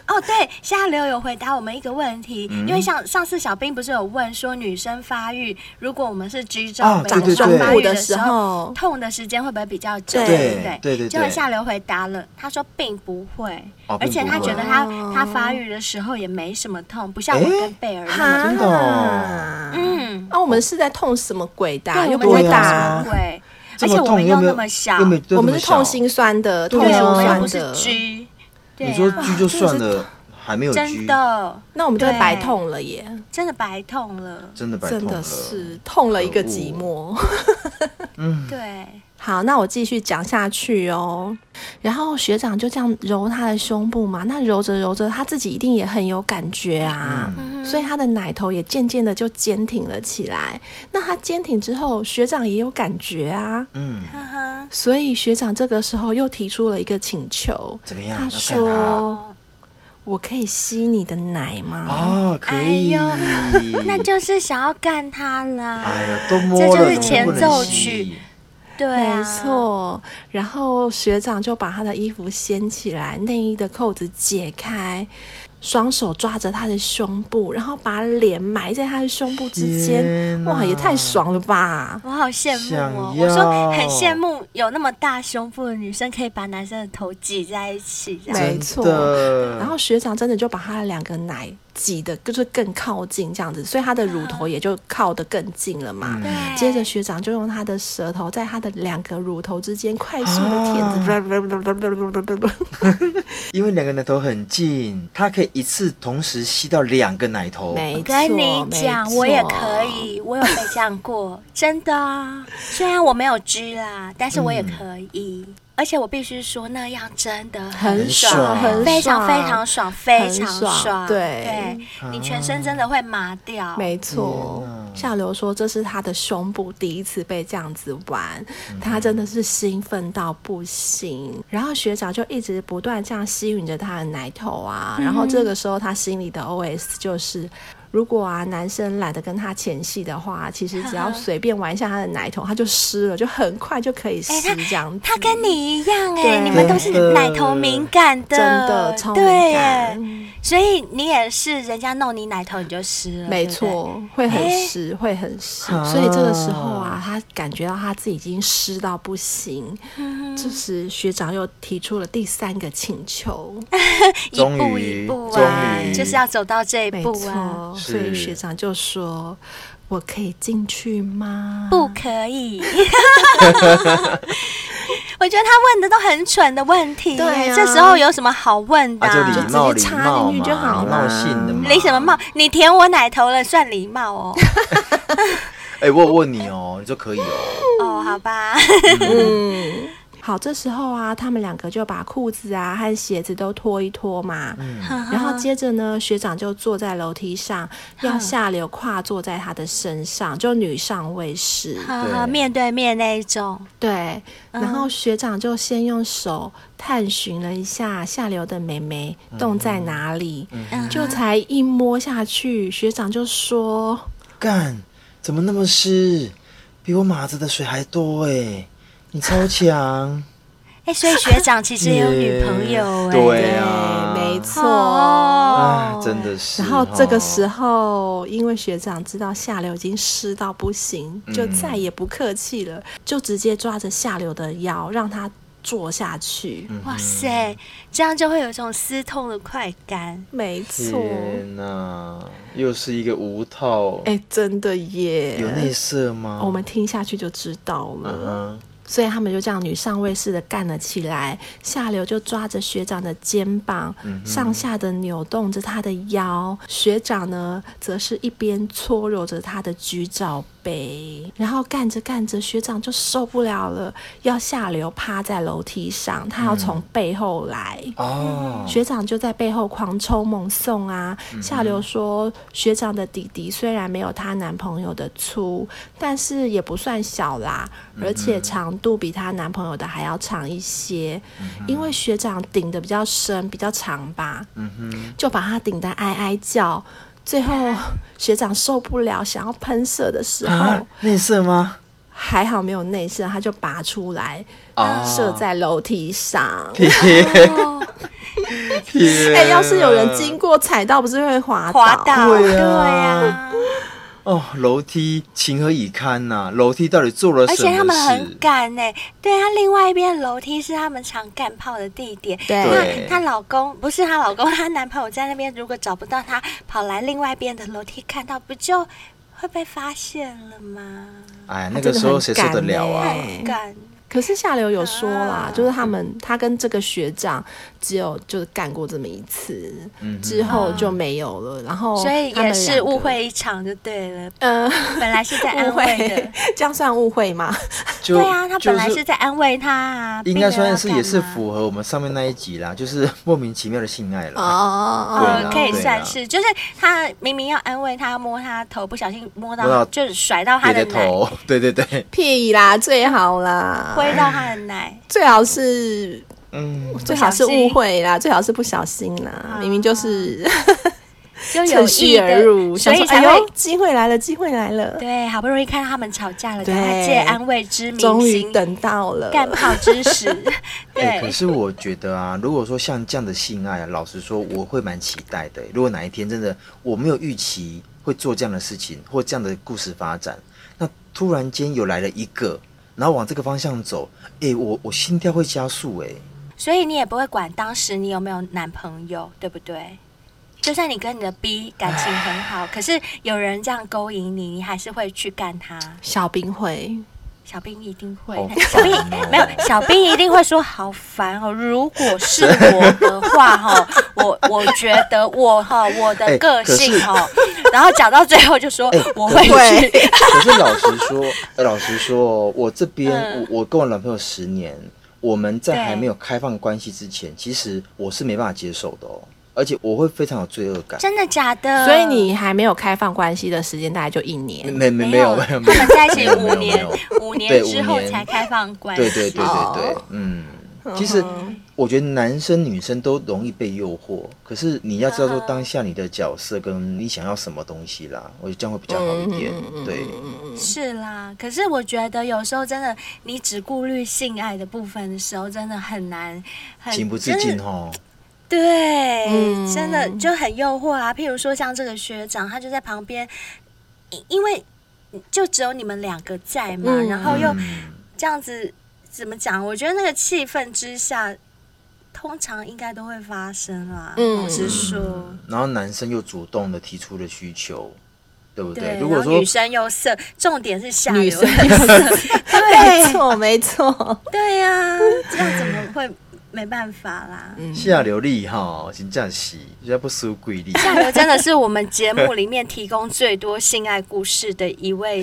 Speaker 4: 哦，对，下流有回答我们一个问题，
Speaker 2: 嗯
Speaker 4: 因为像上次小兵不是有问说女生发育，如果我们是 G
Speaker 2: 啊对对
Speaker 4: 周美
Speaker 2: 对
Speaker 4: 中发育
Speaker 3: 的
Speaker 4: 的
Speaker 3: 时
Speaker 4: 时
Speaker 3: 候
Speaker 4: 候，痛的时间会不会比较久？
Speaker 3: 对
Speaker 4: 不对
Speaker 2: 对对对
Speaker 4: 结果下流回答了，他说并不会，
Speaker 2: 哦
Speaker 4: 而且
Speaker 2: 并不
Speaker 4: 他
Speaker 2: 会
Speaker 4: 觉得他
Speaker 3: 哦
Speaker 4: 他发育的时候也没什么痛，不像
Speaker 2: 诶
Speaker 4: 我跟贝尔那么
Speaker 3: 哈
Speaker 2: 真的哦
Speaker 4: 嗯，
Speaker 3: 啊，我们是在痛什么鬼的啊？
Speaker 4: 对，
Speaker 3: 又
Speaker 4: 我
Speaker 3: 不会
Speaker 4: 们在
Speaker 2: 对啊
Speaker 3: 打
Speaker 4: 痛。鬼，
Speaker 2: 这
Speaker 4: 而且
Speaker 2: 么
Speaker 4: 我
Speaker 2: 痛
Speaker 4: 们
Speaker 2: 又
Speaker 4: 又
Speaker 2: 没
Speaker 4: 那
Speaker 2: 有
Speaker 4: 么小，
Speaker 2: 又没又那
Speaker 3: 我
Speaker 2: 啊么
Speaker 3: 们
Speaker 2: 啊
Speaker 3: 是痛
Speaker 2: 小
Speaker 3: 心酸的，痛
Speaker 4: 对，啊
Speaker 3: 心
Speaker 4: 我们又
Speaker 3: 酸
Speaker 4: 不是
Speaker 3: 的。
Speaker 4: G，对
Speaker 2: 你说
Speaker 4: 啊
Speaker 2: G 就
Speaker 3: 真的
Speaker 2: 算
Speaker 3: 是
Speaker 2: 了，还没有 G，
Speaker 4: 真的
Speaker 3: 那我们就会
Speaker 4: 对
Speaker 3: 白痛了耶，
Speaker 4: 真的白痛了，
Speaker 2: 真的白
Speaker 3: 真
Speaker 2: 痛
Speaker 3: 的
Speaker 2: 了，
Speaker 3: 是痛了一个寂寞。嗯
Speaker 4: 对。
Speaker 3: 好，那我继续讲下去哦。然后学长就这样揉他的胸部嘛，那揉着揉着，他自己一定也很有感觉啊，
Speaker 2: 嗯
Speaker 3: 所以他的奶头也渐渐的就坚挺了起来。那他坚挺之后，学长也有感觉啊，
Speaker 2: 嗯，
Speaker 4: 呵呵，
Speaker 3: 所以学长这个时候又提出了一个请求，
Speaker 2: 怎么样？
Speaker 3: 他
Speaker 2: 要干嘛？
Speaker 3: 说：“我可以吸你的奶吗？”
Speaker 2: 啊，可以，
Speaker 4: 哎那就是想要干他啦。
Speaker 2: 哎呀，都摸了，
Speaker 4: 这就是前奏
Speaker 2: 怎么
Speaker 4: 曲
Speaker 2: 不能吸
Speaker 4: 对啊，
Speaker 3: 没错，然后学长就把他的衣服掀起来，内衣的扣子解开，双手抓着他的胸部，然后把脸埋在他的胸部之间
Speaker 2: 天。哪
Speaker 3: 哇，也太爽了吧！
Speaker 4: 我好羡慕哦！
Speaker 2: 想
Speaker 4: 我
Speaker 2: 要
Speaker 4: 说很羡慕有那么大胸部的女生可以把男生的头挤在一起，这样
Speaker 3: 没
Speaker 2: 真
Speaker 3: 错
Speaker 2: 的
Speaker 3: 然后学长真的就把他的两个奶挤得就是更靠近这样子，所以他的乳头也就靠得更近了
Speaker 2: 嗯
Speaker 3: 嘛。
Speaker 4: 对
Speaker 3: 接着学长就用他的舌头在他的两个乳头之间快速的舔
Speaker 2: 啊
Speaker 3: 着，
Speaker 2: 因为两个奶头很近，它可以一次同时吸到两个奶头，
Speaker 3: 没
Speaker 4: 我
Speaker 3: 错，
Speaker 4: 跟你讲，我也
Speaker 3: 没错
Speaker 4: 可以，我有被这样过，真的啊。虽然我没有 G 啦，但是我也
Speaker 3: 嗯
Speaker 4: 可以，而且我必须说，那样真的
Speaker 3: 很爽，
Speaker 2: 爽
Speaker 3: 很
Speaker 4: 非常非
Speaker 3: 爽，
Speaker 4: 常爽，非常
Speaker 3: 很爽对嗯
Speaker 4: 对你全身真的会麻掉。
Speaker 3: 没错
Speaker 2: 天哪。
Speaker 3: 夏流说这是他的胸部第一次被这样子玩，他真的是兴奋到不行。然后学长就一直不断这样吸吮着他的奶头啊，然后这
Speaker 4: 嗯
Speaker 3: 个时候他心里的 OS 就是。如果啊，男生懒得跟他前戏的话，其实只
Speaker 4: 嗯
Speaker 3: 要随便玩一下他的奶头，他就湿了，就很快就可以湿
Speaker 4: 哎他
Speaker 3: 这样子。
Speaker 4: 他跟你一样哎、
Speaker 3: 对
Speaker 4: 你们都是奶头敏感的，
Speaker 3: 真的超敏
Speaker 4: 对
Speaker 3: 感
Speaker 4: 耶，所以你也是人家弄你奶头你就湿了，
Speaker 3: 没
Speaker 4: 对不对，
Speaker 3: 错，会很
Speaker 4: 诶
Speaker 3: 湿，会很湿。
Speaker 2: 啊
Speaker 3: 所以这个时候啊，他感觉到他自己已经湿到不行。
Speaker 4: 嗯
Speaker 3: 这时学长又提出了第三个请求，
Speaker 4: 哎一步
Speaker 2: 终
Speaker 4: 一
Speaker 2: 于
Speaker 4: 步啊
Speaker 2: 终，于
Speaker 4: 就是要走到这一
Speaker 3: 没
Speaker 4: 步啊，
Speaker 3: 错。
Speaker 2: 是
Speaker 3: 所以学长就说：“我可以进去吗？”
Speaker 4: 不可以。 我觉得他问的都很蠢的问题，
Speaker 3: 对啊
Speaker 4: 这时候有什么好问的
Speaker 2: 啊，
Speaker 4: 啊、
Speaker 2: 就礼貌
Speaker 3: 就直
Speaker 2: 礼
Speaker 3: 接插
Speaker 2: 貌
Speaker 3: 进
Speaker 2: 嘛，
Speaker 3: 去就好
Speaker 2: 礼貌
Speaker 3: 啦
Speaker 2: 性的嘛，
Speaker 4: 礼什么？貌？你 舔我奶头了算礼貌哦？
Speaker 2: 哎，我有问你哦，你说可以哦，
Speaker 4: 哦，哦，好吧，
Speaker 3: 嗯。好，这时候啊，他们两个就把裤子啊和鞋子都脱一脱嘛。然后接着呢，学长就坐在楼梯上，要下流跨坐在他的身上，就女上位式。
Speaker 4: 哈
Speaker 2: 对
Speaker 4: 哈， 面对面那一种，
Speaker 3: 对，然后学长就先用手探寻了一下下流的妹妹
Speaker 2: 嗯
Speaker 3: 洞在哪里，
Speaker 4: 嗯
Speaker 3: 就才一摸下去，学长就说
Speaker 2: 干，怎么那么湿？比我马子的水还多哎、你超强，
Speaker 4: 哎，所以学长其实也有女朋友
Speaker 2: 嗯
Speaker 4: 哎，
Speaker 2: 对：“
Speaker 3: 对
Speaker 2: 啊，
Speaker 3: 没错。
Speaker 4: 哦
Speaker 2: 啊，，真的是。
Speaker 3: 然后这个啊时
Speaker 2: 候，
Speaker 3: 候，因为学长知道下流已经湿到不行，
Speaker 2: 嗯
Speaker 3: 就再也不客气了，就直接抓着下流的腰，让他坐下去。
Speaker 2: 嗯
Speaker 4: 哇塞，这样就会有一种撕痛的快感。
Speaker 3: 没错，
Speaker 2: 天哪、又是一个无套，
Speaker 3: 哎、真的耶！
Speaker 2: 有内射吗？
Speaker 3: 我们听下去就知道
Speaker 2: 嗯
Speaker 3: 了。
Speaker 2: 哼，
Speaker 3: 所以他们就这样女上位似的干了起来，下流就抓着学长的肩膀，上下的扭动着他的腰，学长呢则是一边搓揉着他的居罩杯，然后干着干着，学长就受不了了，要下流趴在楼梯上，他要从背后来。
Speaker 2: 哦，嗯
Speaker 3: 学长就在背后狂抽猛送啊！下流说，学长的弟弟虽然没有她男朋友的粗，但是也不算小啦，
Speaker 2: 嗯
Speaker 3: 而且长度比她男朋友的还要长一些，
Speaker 2: 嗯
Speaker 3: 因为学长顶的比较深，比较长吧，
Speaker 2: 嗯
Speaker 3: 就把他顶得哀哀叫。最后学长受不了，想要喷射的时
Speaker 2: 啊
Speaker 3: 候，，
Speaker 2: 内射吗？
Speaker 3: 还好没有内射，他就拔出来
Speaker 2: 啊，
Speaker 3: 射在楼梯上。
Speaker 2: 天
Speaker 3: 哎、要是有人经过踩到，不是会滑倒？
Speaker 4: 滑倒，
Speaker 2: 对
Speaker 4: 对
Speaker 2: 啊
Speaker 4: 呀，
Speaker 2: 哦，楼梯情何以堪呐、楼梯到底做了什
Speaker 4: 而
Speaker 2: 么事？
Speaker 4: 且他们很敢呢、对啊，另外一边楼梯是他们常干炮的地点。
Speaker 3: 对
Speaker 4: 那她老公不是她老公，她男朋友在那边，如果找不到她，跑来另外一边的楼梯看到，不就会被发现了吗？
Speaker 2: 哎，那个时候谁受得了啊？
Speaker 3: 他真的很敢欸
Speaker 4: 很敢，
Speaker 3: 可是下流有说啦，
Speaker 4: 啊
Speaker 3: 就是他们他跟这个学长只有就是干过这么一次，
Speaker 2: 嗯
Speaker 3: 欸之后就没有了。然后
Speaker 4: 所以
Speaker 3: 他们
Speaker 4: 也是
Speaker 3: 两个
Speaker 4: 误，会一场就对了。
Speaker 3: 呃，
Speaker 4: 本来是在
Speaker 3: 误
Speaker 4: 安慰的
Speaker 3: 会， 这样算误会吗？
Speaker 2: 就
Speaker 4: 对啊，她
Speaker 2: 就
Speaker 4: 本来是在安慰他啊，
Speaker 2: 应该
Speaker 4: 并没有
Speaker 2: 算
Speaker 4: 要
Speaker 2: 是也是
Speaker 4: 干嘛
Speaker 2: 符合我们上面那一集啦，就是 莫名其妙的性爱了。
Speaker 3: 哦，
Speaker 2: 对啦
Speaker 4: 呃，可以
Speaker 2: 对啊
Speaker 4: 算
Speaker 2: 啦
Speaker 4: 是，就是他明明要安慰他，摸他头，不小心摸
Speaker 2: 摸
Speaker 4: 到
Speaker 2: 到，
Speaker 4: 就是甩到他
Speaker 2: 别
Speaker 4: 的
Speaker 2: 的
Speaker 4: 奶，
Speaker 2: 头， 对对对，
Speaker 3: 屁啦，最好啦，
Speaker 4: 挥到他的奶，
Speaker 3: 最好是
Speaker 2: 嗯，
Speaker 3: 最好是
Speaker 4: 不小心
Speaker 3: 误会啦，最好是不小心啦，明明就是
Speaker 4: 就有
Speaker 3: 趁
Speaker 4: 意
Speaker 3: 虚而
Speaker 4: 的
Speaker 3: 入，
Speaker 4: 所
Speaker 3: 想
Speaker 4: 以
Speaker 3: 说
Speaker 4: 才
Speaker 3: 哎
Speaker 4: 会
Speaker 3: 呦，机会来了，机会来了，
Speaker 4: 对，好不容易看到他们吵架了，
Speaker 3: 对
Speaker 4: 赶快借安慰之名，
Speaker 3: 终于
Speaker 4: 行
Speaker 3: 等到了，
Speaker 4: 干炮 之时，
Speaker 2: 哎、可
Speaker 4: 对，
Speaker 2: 是我觉得啊，如果说像这样的性爱啊，老实说，我会蛮期待的欸、如果哪一天真的我没有预期会做这样的事情，或这样的故事发展，那突然间有来了一个，然后往这个方向走，哎、我我心跳会加速、哎，
Speaker 4: 所以你也不会管当时你有没有男朋友，对不对？就算你跟你的 B 感情很好，可是有人这样勾引你，你还是会去干他。
Speaker 3: 小冰会。
Speaker 4: 小兵一定会
Speaker 2: 好，
Speaker 4: 小兵
Speaker 2: 烦哦
Speaker 4: 没有，小兵一定会说好烦哦。如果是我的话，哈，我我觉得 我哈我
Speaker 2: 哎
Speaker 4: 的个
Speaker 2: 可是
Speaker 4: 性哈，然后讲到最后就说
Speaker 2: 哎
Speaker 4: 我
Speaker 2: 可
Speaker 4: 会
Speaker 2: 是
Speaker 4: 去，
Speaker 2: 可是老实 说，呃老实说，我这边、
Speaker 4: 嗯
Speaker 2: 我我跟我男朋友十年，我们在还
Speaker 4: 对
Speaker 2: 没有开放关系之前，其实我是没办法接受的哦，而且我会非常有罪恶感。
Speaker 4: 真的假的？
Speaker 3: 所以你还没有开放关系的时间大概就一
Speaker 2: 没
Speaker 3: 年。
Speaker 2: 没没没有没有
Speaker 4: 他
Speaker 2: 没有，
Speaker 4: 们在一
Speaker 2: 没
Speaker 4: 起
Speaker 2: 有
Speaker 4: 五年，五
Speaker 2: 对
Speaker 4: 年
Speaker 2: 五
Speaker 4: 之后
Speaker 2: 年
Speaker 4: 才开放关系，
Speaker 2: 对对对对对
Speaker 3: 哦，
Speaker 2: 嗯，其实我觉得男生女生都容易被诱惑，可是你要知道说当下你的角色跟你想要什么东西啦，我觉得这样会比较好一点。
Speaker 4: 嗯
Speaker 2: 对，
Speaker 4: 是啦，可是我觉得有时候真的，你只顾虑性爱的部分的时候，真的很难，很
Speaker 2: 情不自
Speaker 4: 真的
Speaker 2: 禁哦，
Speaker 4: 对，
Speaker 3: 嗯
Speaker 4: 真的就很诱惑啊。譬如说像这个学长，他就在旁边，因因为就只有你们两个在嘛，
Speaker 3: 嗯
Speaker 4: 然后又
Speaker 2: 嗯
Speaker 4: 这样子，怎么讲？我觉得那个气氛之下，通常应该都会发生啦。
Speaker 3: 嗯
Speaker 4: 老实说。
Speaker 2: 然后男生又主动的提出了需求，对不
Speaker 4: 对，
Speaker 2: 如果
Speaker 4: 然后
Speaker 2: 说
Speaker 4: 女生又色，重点是下
Speaker 3: 女
Speaker 4: 流
Speaker 3: 生
Speaker 4: 的色，
Speaker 3: 没
Speaker 4: 对
Speaker 3: 错，没错。
Speaker 4: 对呀、这样怎么会没办法啦？
Speaker 2: 下流力哈，真正是人家不输贵力。
Speaker 4: 下流真的是我们节目里面提供最多性爱故事的一位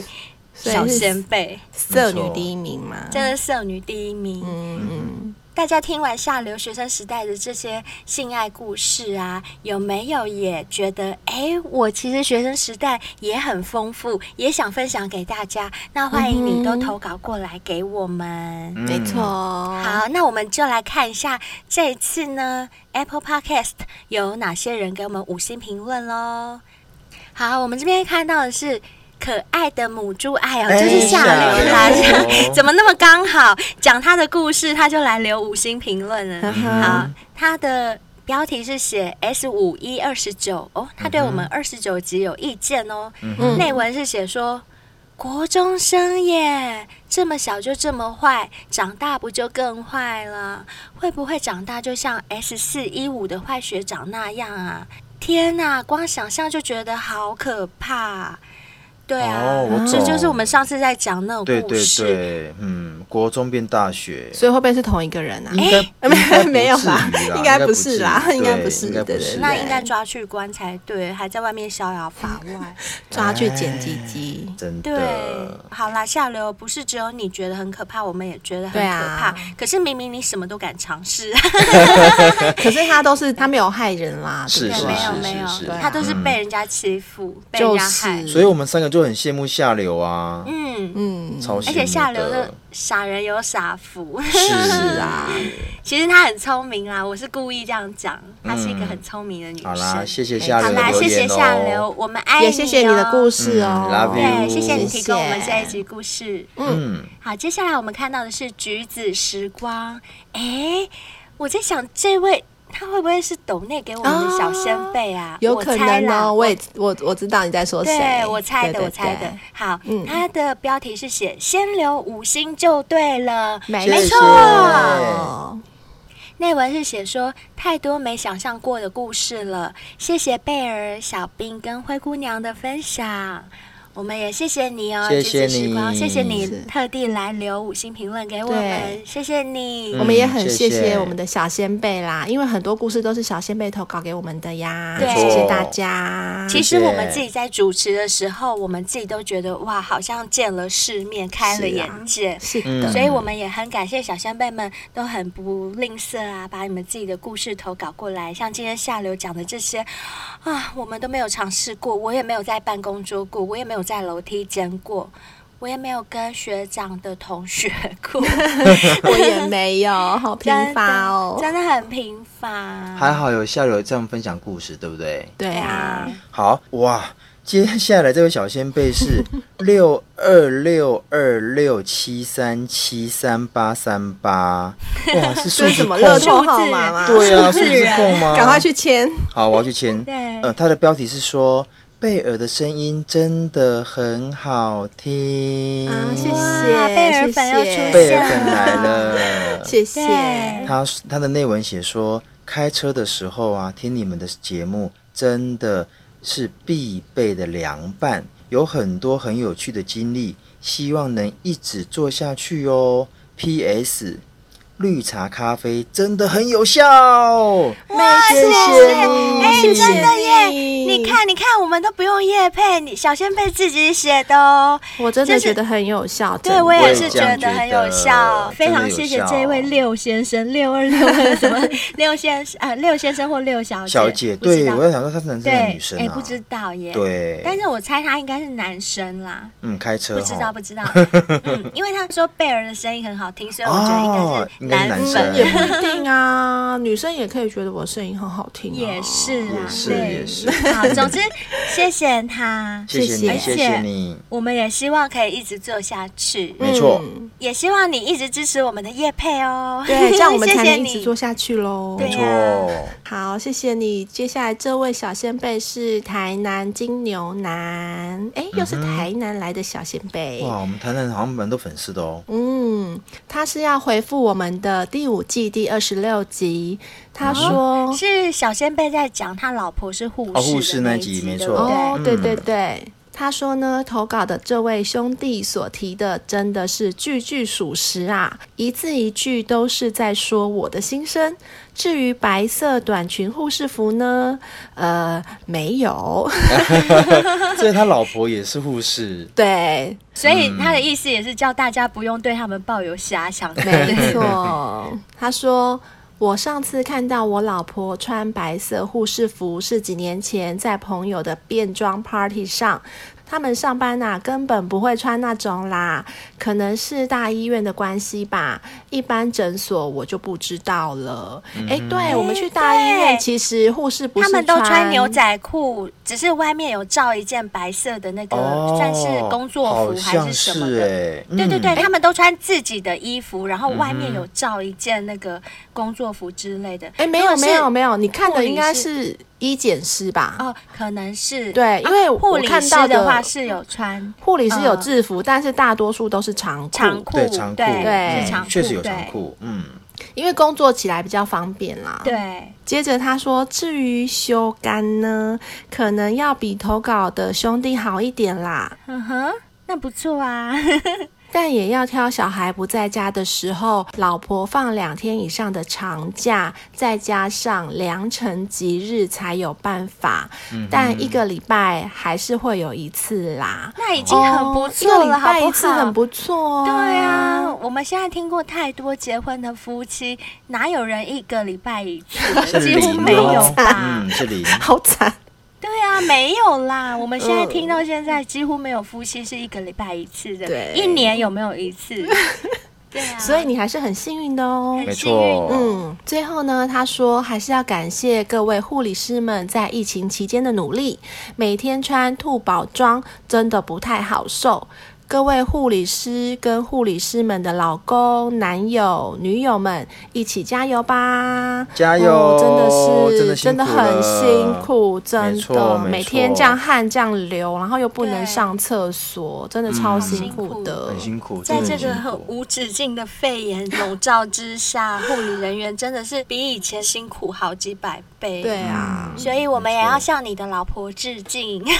Speaker 3: 所
Speaker 4: 小
Speaker 3: 以
Speaker 4: 先
Speaker 3: 是
Speaker 4: 辈，
Speaker 3: 色女第一名嘛，
Speaker 4: 真的剩女第一名。
Speaker 3: 嗯嗯，
Speaker 4: 大家听完下流学生时代的这些性爱故事啊，有没有也觉得，哎，我其实学生时代也很丰富，也想分享给大家？那欢
Speaker 3: 嗯
Speaker 4: 迎你都投稿过来给我们。
Speaker 2: 嗯
Speaker 3: 没错。
Speaker 4: 好，那我们就来看一下这一次呢，Apple Podcast 有哪些人给我们五星评论喽。好，我们这边看到的是可爱的母猪，哎呦，
Speaker 2: 哎
Speaker 4: 就是下流啦，
Speaker 2: 下流
Speaker 4: 怎么那么刚好讲他的故事，他就来留五星评论了。
Speaker 2: 嗯
Speaker 4: 好，他啊的标题是写 S 五一二十九哦，他对我
Speaker 2: 嗯
Speaker 4: 们二十九集有意见哦。
Speaker 3: 嗯
Speaker 4: 内文是写说。国中生耶，这么小就这么坏，长大不就更坏了？会不会长大就像 S 四一五的坏学长那样啊？天哪，光想象就觉得好可怕。对啊，
Speaker 2: 哦我
Speaker 4: 这就是
Speaker 2: 懂
Speaker 4: 我们上次在讲那种
Speaker 2: 对
Speaker 4: 故
Speaker 2: 对
Speaker 4: 事，
Speaker 2: 对，嗯，国中变大学，
Speaker 3: 所以会不会是同一个人
Speaker 4: 哎
Speaker 3: 啊？
Speaker 2: 应该应 该不
Speaker 3: 没有
Speaker 2: 至于
Speaker 3: 吧
Speaker 2: 啦
Speaker 3: 应
Speaker 2: 应
Speaker 3: 该
Speaker 2: 该
Speaker 3: 不是啦
Speaker 2: 至于
Speaker 3: 应该
Speaker 2: 对
Speaker 3: 不是
Speaker 2: 应该不
Speaker 3: 对对
Speaker 2: 是哎
Speaker 3: 对
Speaker 4: 那应该抓去关才对，还在外面逍遥法外。
Speaker 3: 抓去捡鸡鸡，
Speaker 2: 真
Speaker 4: 对
Speaker 2: 的，，
Speaker 4: 好啦，下流不是只有你觉得很可怕，我们也觉得很
Speaker 3: 对
Speaker 4: 可
Speaker 3: 啊
Speaker 4: 怕。可是明明你什么都敢尝试，
Speaker 3: 可是他都是他没有害人啦，
Speaker 2: 是
Speaker 3: 对不
Speaker 2: 是
Speaker 3: 对
Speaker 4: 没有
Speaker 2: 是
Speaker 4: 没有
Speaker 2: 是，
Speaker 3: 哎是
Speaker 4: 他都是
Speaker 2: 嗯
Speaker 4: 被人家欺负，被人
Speaker 3: 嗯就
Speaker 4: 家害。
Speaker 3: 是
Speaker 2: 所以我们三个就很羡慕下流啊，
Speaker 4: 嗯，
Speaker 3: 嗯，
Speaker 2: 超羡慕
Speaker 4: 而且下流的
Speaker 2: 的
Speaker 4: 傻人有傻福，
Speaker 2: 是
Speaker 3: 啊，
Speaker 4: 其实她很聪明啦，我是故意这样讲，她是一个
Speaker 2: 嗯
Speaker 4: 很聪明的女
Speaker 2: 好啦，
Speaker 4: 生。
Speaker 2: 谢谢下
Speaker 4: 哎好
Speaker 2: 流
Speaker 4: 啦，
Speaker 2: 的留
Speaker 4: 谢谢
Speaker 2: 言哦，
Speaker 4: 下流，我们爱你、哦，
Speaker 3: 也谢谢你的故事哦
Speaker 2: 嗯，love you
Speaker 4: 对，谢谢你提供我们
Speaker 3: 谢谢
Speaker 4: 这一集故事。
Speaker 2: 嗯，
Speaker 4: 好，接下来我们看到的是橘子时光。哎，我在想这位他会不会是抖内给我们的小先辈啊？
Speaker 3: 有
Speaker 4: 我
Speaker 3: 可
Speaker 4: 猜
Speaker 3: 能
Speaker 4: 啦
Speaker 3: 哦，我也我我知道你在说谁
Speaker 4: 对，我猜的，
Speaker 3: 对
Speaker 4: 我猜的。好
Speaker 3: 嗯，
Speaker 4: 它的标题是写“先留五星就对了”，
Speaker 3: 对
Speaker 2: 谢
Speaker 3: 没
Speaker 2: 谢
Speaker 3: 错。
Speaker 4: 内文是写说太多没想象过的故事了，谢谢贝尔、小兵跟灰姑娘的分享。我们也谢谢你哦，
Speaker 2: 谢谢
Speaker 4: 橘子时光，
Speaker 2: 你
Speaker 4: 谢谢你
Speaker 3: 是
Speaker 4: 特地来留五星评论给我
Speaker 3: 对
Speaker 4: 们，谢谢你。
Speaker 3: 我们也很
Speaker 2: 嗯
Speaker 3: 谢
Speaker 2: 谢
Speaker 3: 谢
Speaker 2: 谢
Speaker 3: 我们的小先辈啦，因为很多故事都是小先辈投稿给我们的呀，
Speaker 4: 对
Speaker 3: 谢谢大家。
Speaker 4: 其
Speaker 2: 谢
Speaker 4: 实我们自己在主持的时候，我们自己都觉得哇，好像见了世面，开了
Speaker 3: 是啊
Speaker 4: 眼界。
Speaker 3: 是
Speaker 2: 嗯
Speaker 4: 所以我们也很感谢小先辈们都很不吝啬啊，把你们自己的故事投稿过来。像今天下流讲的这些啊，我们都没有尝试过，我也没有在办公桌过，我也没有在楼梯间过。我也没有跟学长的同学过，
Speaker 3: 我也没有，好频
Speaker 4: 真的
Speaker 3: 发哦。
Speaker 4: 真的很平
Speaker 3: 嗯
Speaker 4: 凡。
Speaker 2: 还好有下流这样分享故事，对不对？
Speaker 3: 对啊，
Speaker 2: 好哇，接下来这位小先辈 是六二六二六七三七三八三八，哇，是
Speaker 3: 这
Speaker 2: 数
Speaker 3: 是
Speaker 2: 字
Speaker 3: 什
Speaker 2: 控
Speaker 3: 么
Speaker 2: 吗
Speaker 3: 乐透号码 吗？
Speaker 2: 对啊，数
Speaker 4: 数字
Speaker 2: 字
Speaker 4: 人
Speaker 2: 控吗？
Speaker 3: 赶快去签。
Speaker 2: 好，我要去签。
Speaker 4: 对
Speaker 2: 呃，它的标题是说贝尔的声音真的很好听，
Speaker 3: 啊，谢
Speaker 4: 哇
Speaker 3: 谢，
Speaker 4: 贝尔粉又出
Speaker 3: 谢谢
Speaker 4: 现
Speaker 2: 嗯贝尔本来了。
Speaker 3: 谢谢。
Speaker 4: 对
Speaker 2: 他他的内文写说，开车的时候啊，听你们的节目真的是必备的良伴，有很多很有趣的经历，希望能一直做下去哦。P.S. 绿茶咖啡真的很有效，谢谢你，
Speaker 4: 哎，
Speaker 3: 谢
Speaker 4: 真的耶！
Speaker 3: 你
Speaker 4: 你看，你看，我们都不用叶配，你小仙贝自己写的哦。
Speaker 3: 我真
Speaker 4: 就
Speaker 3: 的
Speaker 4: 是
Speaker 3: 觉得很有效。
Speaker 4: 对
Speaker 3: 真的
Speaker 4: 我
Speaker 2: 我
Speaker 4: 也
Speaker 2: 也
Speaker 4: 是
Speaker 2: 这样
Speaker 4: 得
Speaker 2: 觉
Speaker 4: 很有
Speaker 2: 得
Speaker 4: 效，非
Speaker 2: 真的
Speaker 4: 常
Speaker 2: 有
Speaker 4: 谢谢
Speaker 2: 效
Speaker 4: 这位六先生，六二六二什么 六先生啊，六先生或六小姐，
Speaker 2: 小姐，
Speaker 4: 不知
Speaker 2: 对
Speaker 4: 道
Speaker 2: 我在想说他是男生
Speaker 4: 对，
Speaker 2: 还是女生
Speaker 4: 哎
Speaker 2: 啊？
Speaker 4: 不知道耶，，
Speaker 2: 对，
Speaker 4: 但是我猜他应该是男生啦，
Speaker 2: 嗯，开车
Speaker 4: 不知道
Speaker 2: 哈
Speaker 4: 不知道，嗯，因为他说贝尔的声音很好听，所以我觉
Speaker 2: 哦
Speaker 4: 得应该是
Speaker 2: 应该
Speaker 4: 男
Speaker 2: 是
Speaker 4: 粉
Speaker 2: 男
Speaker 3: 嗯，也不一定啊，女生也可以觉得我声音很好听啊。
Speaker 4: 也是啦，
Speaker 2: 也是
Speaker 4: 对
Speaker 2: 也是
Speaker 4: 好，总之谢谢他，
Speaker 2: 谢谢
Speaker 3: 谢
Speaker 2: 你，
Speaker 3: 谢
Speaker 2: 谢谢你，
Speaker 4: 我们也希望可以一直做下去，
Speaker 2: 没错，
Speaker 3: 嗯
Speaker 4: 也希望你一直支持我们的叶配哦，
Speaker 3: 对，这样我们
Speaker 4: 谢
Speaker 3: 才
Speaker 4: 谢
Speaker 3: 能一直
Speaker 4: 你
Speaker 3: 做下去喽。
Speaker 4: 对啊
Speaker 2: 没错，
Speaker 3: 好，谢谢你。接下来这位小先辈是台南金牛男，哎，又是台南来的小先辈。
Speaker 2: 嗯哇，我们台南好像蛮多粉丝的哦，
Speaker 3: 嗯，他是要回复我们的第五季第二十六集，他
Speaker 2: 嗯
Speaker 3: 说。
Speaker 4: 是小先辈在讲他老婆是护士的
Speaker 2: 哦护士
Speaker 4: 那
Speaker 2: 那
Speaker 4: 一
Speaker 2: 集
Speaker 4: 集
Speaker 2: 没
Speaker 4: 对
Speaker 2: 错
Speaker 4: 不对
Speaker 3: 哦，对对
Speaker 2: 嗯
Speaker 3: 对，他说呢，投稿的这位兄弟所提的真的是句句属实啊，一字一句都是在说我的心声。至于白色短裙护士服呢，呃，没有。
Speaker 2: 所以他老婆也是护士，
Speaker 3: 对，
Speaker 4: 所以他的意思也是叫大家不用对他们抱有遐想，对不 对
Speaker 3: 没错，他说。我上次看到我老婆穿白色护士服是几年前在朋友的变装 party 上，他们上班呐、根本不会穿那种啦，可能是大医院的关系吧，一般诊所我就不知道了。哎、对我们去大医
Speaker 4: 哎对
Speaker 3: 院，其实护士不是
Speaker 4: 他们都穿牛仔裤，只是外面有罩一件白色的那个，
Speaker 2: 哦，
Speaker 4: 算是工作服还
Speaker 2: 好像
Speaker 4: 什
Speaker 2: 是
Speaker 4: 么的。
Speaker 3: 哎
Speaker 2: 欸
Speaker 4: 对对对，
Speaker 2: 嗯
Speaker 4: 他们都穿自己的衣服，然后外面有罩一件那个工作服之类的。
Speaker 3: 嗯哎、没
Speaker 4: 如
Speaker 3: 有
Speaker 4: 果是
Speaker 3: 没有没有，你看
Speaker 4: 护
Speaker 3: 的
Speaker 4: 理
Speaker 3: 应该
Speaker 4: 师
Speaker 3: 是医检师吧？
Speaker 4: 哦，可能是
Speaker 3: 对因为
Speaker 4: 啊
Speaker 3: 我
Speaker 4: 护理
Speaker 3: 看
Speaker 4: 师
Speaker 3: 到
Speaker 4: 的
Speaker 3: 的
Speaker 4: 话是有穿
Speaker 3: 护理师有
Speaker 4: 呃
Speaker 3: 制服，但是大多数都是长裤，
Speaker 4: 长裤，
Speaker 2: 对长裤，
Speaker 4: 对，
Speaker 2: 嗯
Speaker 4: 是长裤，
Speaker 2: 确实有长
Speaker 4: 对。
Speaker 2: 裤，嗯，
Speaker 3: 因为工作起来比较方便啦。
Speaker 4: 对，
Speaker 3: 接着他说，至于修干呢，可能要比投稿的兄弟好一点啦，
Speaker 4: 嗯哼，那不错啊。
Speaker 3: 但也要挑小孩不在家的时候，老婆放两天以上的长假，再加上良辰吉日才有办法。但一个礼拜还是会有一次啦。
Speaker 4: 那已经很不
Speaker 3: 一
Speaker 4: 错了，
Speaker 3: 哦个礼
Speaker 4: 好
Speaker 3: 拜
Speaker 4: 不
Speaker 3: 一次
Speaker 4: 好？
Speaker 3: 很不错、啊。
Speaker 4: 对啊，我们现在听过太多结婚的夫妻，哪有人一个礼拜一次
Speaker 2: 是
Speaker 4: 的？几乎
Speaker 2: 零
Speaker 4: 没
Speaker 2: 哦
Speaker 4: 有吧
Speaker 2: 嗯，？是零，
Speaker 3: 好惨。
Speaker 4: 对啊，没有啦。我们现
Speaker 3: 嗯
Speaker 4: 在听到现在，几乎没有夫妻是一个礼拜一次的，
Speaker 3: 对
Speaker 4: 一年有没有 一次？对啊，
Speaker 3: 所以你还是很幸运的哦。
Speaker 4: 很
Speaker 2: 没
Speaker 4: 幸运
Speaker 2: 错，
Speaker 3: 嗯，最后呢，他说还是要感谢各位护理师们在疫情期间的努力，每天穿兔宝装真的不太好受。各位护理师跟护理师们的老公、男友、女友们一起加油吧！
Speaker 2: 加油
Speaker 3: 哦真的是
Speaker 2: 真的辛苦
Speaker 3: 很辛苦，真
Speaker 2: 没错
Speaker 3: 的
Speaker 2: 没错
Speaker 3: 每天这样汗这样流，然后又不能
Speaker 4: 对
Speaker 3: 上厕所，真的超辛苦的。
Speaker 2: 嗯很辛苦，
Speaker 4: 在
Speaker 2: 真的
Speaker 4: 这
Speaker 2: 很
Speaker 4: 个
Speaker 2: 辛
Speaker 4: 很
Speaker 2: 苦
Speaker 4: 无止境的肺炎笼罩之下，护理人员真的是比以前辛苦好几百倍。
Speaker 3: 对。啊，
Speaker 4: 所以我们也
Speaker 2: 没错
Speaker 4: 要向你的老婆致敬，
Speaker 2: 没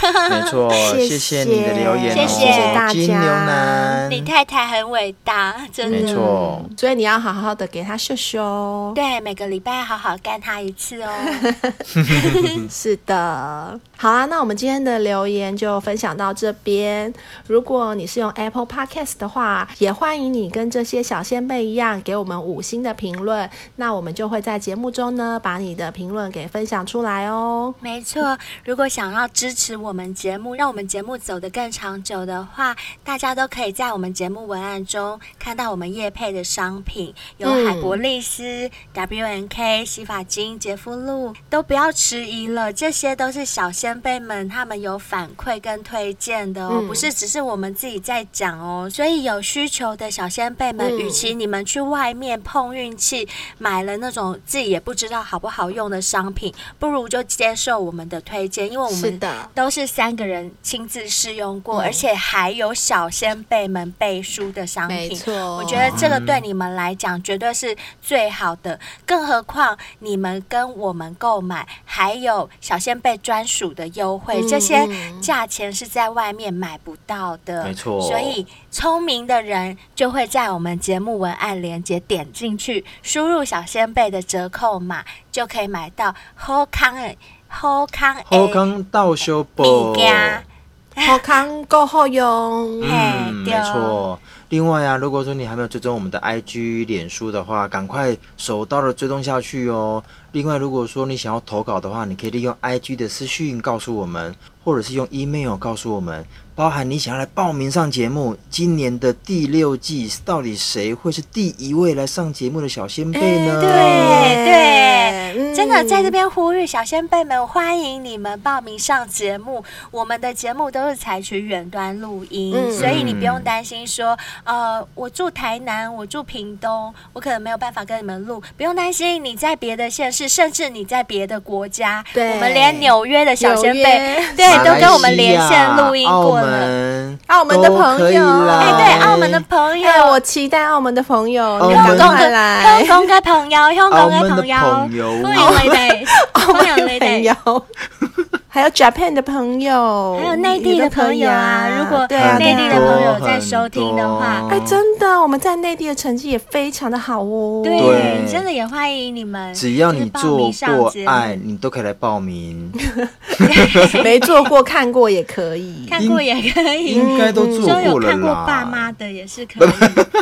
Speaker 2: 错，
Speaker 3: 谢
Speaker 2: 谢谢你的留言哦，
Speaker 4: 谢谢
Speaker 3: 大家
Speaker 2: 金牛男，
Speaker 4: 你太嗯太很伟大，真的。
Speaker 2: 嗯没错，
Speaker 3: 所以你要好好的给他秀哦秀。
Speaker 4: 对，每个礼拜好好干他一次哦。
Speaker 3: 是的，好啊，那我们今天的留言就分享到这边。如果你是用 Apple Podcast 的话，也欢迎你跟这些小先辈一样给我们五星的评论，那我们就会在节目中呢把你的评论给分享出来哦。
Speaker 4: 没错，如果想要支持我们节目，让我们节目走得更长久的话，大家都可以在我们节目文案中看到我们叶配的商品，有
Speaker 3: 嗯
Speaker 4: 海博利斯、W N K、洗发精、洁肤露，都不要迟疑了，这些都是小先辈们他们有反馈跟推荐的哦，
Speaker 3: 嗯
Speaker 4: 不是只是我们自己在讲哦，所以有需求的小先辈们，
Speaker 3: 嗯
Speaker 4: 与其你们去外面碰运气，买了那种自己也不知道好不好用的商品，不如就接受我们的推荐，因为我
Speaker 3: 是
Speaker 4: 们
Speaker 3: 的，嗯
Speaker 4: 都是三个人亲自试用过，而且还有小先辈们背书的商
Speaker 3: 没
Speaker 4: 品。
Speaker 3: 错，
Speaker 4: 我觉得这个对你们来讲绝对是最好的，更何况你们跟我们购买还有小先贝专属的优惠，
Speaker 3: 嗯
Speaker 4: 这些
Speaker 3: 嗯
Speaker 4: 价钱是在外面买不到的，
Speaker 2: 没错
Speaker 4: 所以聪明的人就会在我们节目文案链接点进去，输入小先贝的折扣码，就可以买到 Ho 康 Ho 康
Speaker 2: 后刚到修
Speaker 4: 米
Speaker 2: 波，
Speaker 4: 家，
Speaker 3: 好康够好 用。
Speaker 2: 嗯，
Speaker 4: 嘿对
Speaker 2: 没错。另外啊，如果说你还没有追踪我们的 IG、脸书的话，赶快手刀的追踪下去哦。另外，如果说你想要投稿的话，你可以利用 IG 的私讯告诉我们，或者是用 email 告诉我们，包含你想要来报名上节目，今年的第六季到底谁会是第一位来上节目的小先辈呢？
Speaker 4: 哎对
Speaker 3: 嗯
Speaker 4: 真的在这边呼吁小先辈们，欢迎你们报名上节目。我们的节目都是采取远端录音，
Speaker 3: 嗯
Speaker 4: 所以你不用担心说，呃，我住台南，我住屏东，我可能没有办法跟你们录，不用担心。你在别的县市，甚至你在别的国家，
Speaker 3: 对
Speaker 4: 我们连纽约的小先
Speaker 3: 纽
Speaker 4: 辈
Speaker 3: 约，
Speaker 4: 对，
Speaker 2: 马来
Speaker 4: 都跟我们
Speaker 2: 西
Speaker 4: 连线
Speaker 2: 亚
Speaker 4: 录音
Speaker 2: 澳
Speaker 4: 过了。
Speaker 2: 门，
Speaker 3: 澳门的
Speaker 2: 都可以
Speaker 3: 朋友
Speaker 2: 来
Speaker 4: 哎，对，澳门的朋友，
Speaker 3: 哎、我期待澳门的朋友，你
Speaker 2: 澳
Speaker 3: 们
Speaker 2: 门
Speaker 3: 赶快来
Speaker 4: 香。港嘅朋友，香港
Speaker 2: 澳
Speaker 4: 嘅
Speaker 2: 门的
Speaker 4: 朋友，
Speaker 2: 朋友，
Speaker 3: 哦
Speaker 4: 欢迎你哋，
Speaker 3: 澳门
Speaker 4: 欢迎
Speaker 3: 的
Speaker 4: 你
Speaker 3: 朋
Speaker 4: 哋。
Speaker 3: 友，还有 Japan 的朋友，
Speaker 4: 还有内地的朋友啊，
Speaker 3: 也都可以
Speaker 4: 如果哦
Speaker 3: 对啊，
Speaker 2: 很
Speaker 4: 内地的
Speaker 3: 对啊
Speaker 4: 朋友在收听的话
Speaker 2: 很多
Speaker 3: 哎，真的，我们在内地的成绩也非常的好哦。
Speaker 4: 对，
Speaker 2: 对
Speaker 4: 真的也欢迎你们，
Speaker 2: 只要
Speaker 4: 就是
Speaker 2: 你
Speaker 4: 报
Speaker 2: 做
Speaker 4: 名上
Speaker 2: 过
Speaker 4: 节目
Speaker 2: 爱，你都可以来报名，
Speaker 3: 没做过、看过也可以。
Speaker 4: 看过也可以，
Speaker 2: 应该都做
Speaker 4: 只要嗯有
Speaker 2: 过了
Speaker 4: 看过
Speaker 2: 啦。
Speaker 4: 爸妈的也是可以，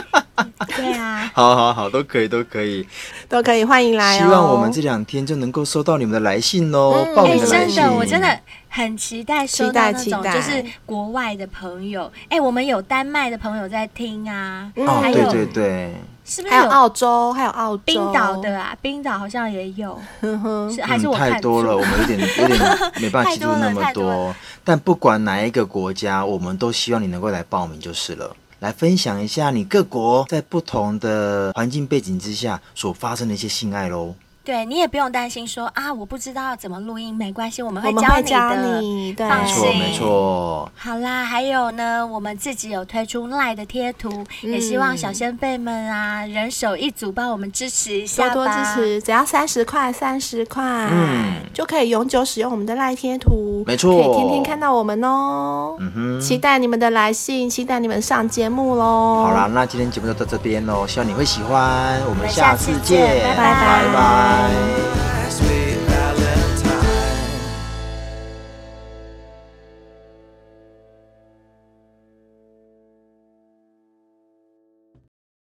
Speaker 4: 对啊，
Speaker 2: 好好好，都可以，都可以。
Speaker 3: 都可以，欢迎来哦。
Speaker 2: 希望我们这两天就能够收到你们的来信哦，报
Speaker 4: 哎、
Speaker 2: 名的来
Speaker 4: 真
Speaker 2: 信。
Speaker 4: 的，我真的很期待
Speaker 3: 期
Speaker 4: 收到
Speaker 3: 待
Speaker 4: 那种
Speaker 3: 期待
Speaker 4: 就是国外的朋友，哎、我们有丹麦的朋友在听啊，
Speaker 3: 嗯
Speaker 2: 哦，
Speaker 4: 还
Speaker 2: 对
Speaker 4: 有
Speaker 2: 对对，
Speaker 4: 是不是
Speaker 3: 还有
Speaker 4: 有
Speaker 3: 澳洲，还有澳洲
Speaker 4: 冰岛 的，啊？冰岛好像也有，
Speaker 3: 哼哼，
Speaker 4: 是还是
Speaker 2: 嗯，
Speaker 4: 我看
Speaker 2: 太多
Speaker 4: 错
Speaker 2: 了，我们有点有点 没办法
Speaker 4: 太
Speaker 2: 记住
Speaker 4: 多了
Speaker 2: 那么
Speaker 4: 太多
Speaker 2: 多。但不管哪一个国家，我们都希望你能够来报名就是了。来分享一下你各国在不同的环境背景之下所发生的一些性爱喽。
Speaker 4: 对你也不用担心说啊，我不知道怎么录音，没关系，我们
Speaker 3: 我
Speaker 4: 会
Speaker 3: 们
Speaker 4: 教
Speaker 3: 会
Speaker 4: 你
Speaker 3: 教
Speaker 4: 的。
Speaker 3: 你，对，
Speaker 4: 放
Speaker 2: 没错，
Speaker 4: 心
Speaker 2: 没错。
Speaker 4: 好啦，还有呢，我们自己有推出 LINE 的贴图，也希望
Speaker 3: 嗯
Speaker 4: 小先辈们啊，人手一组帮我们支持一
Speaker 3: 多
Speaker 4: 下吧。
Speaker 3: 多支持，只要三十块，三十块，
Speaker 2: 嗯
Speaker 3: 就可以永久使用我们的赖贴图，
Speaker 2: 没错
Speaker 3: 可以天天看到我们哦。
Speaker 2: 嗯哼，
Speaker 3: 期待你们的来信，期待你们上节目喽。
Speaker 2: 好啦，，那今天节目就到这边喽，希望你会喜欢，我们
Speaker 4: 们
Speaker 2: 下
Speaker 4: 下
Speaker 2: 次
Speaker 4: 次
Speaker 2: 见，
Speaker 4: 见拜
Speaker 3: 拜
Speaker 2: 拜拜
Speaker 1: Sweet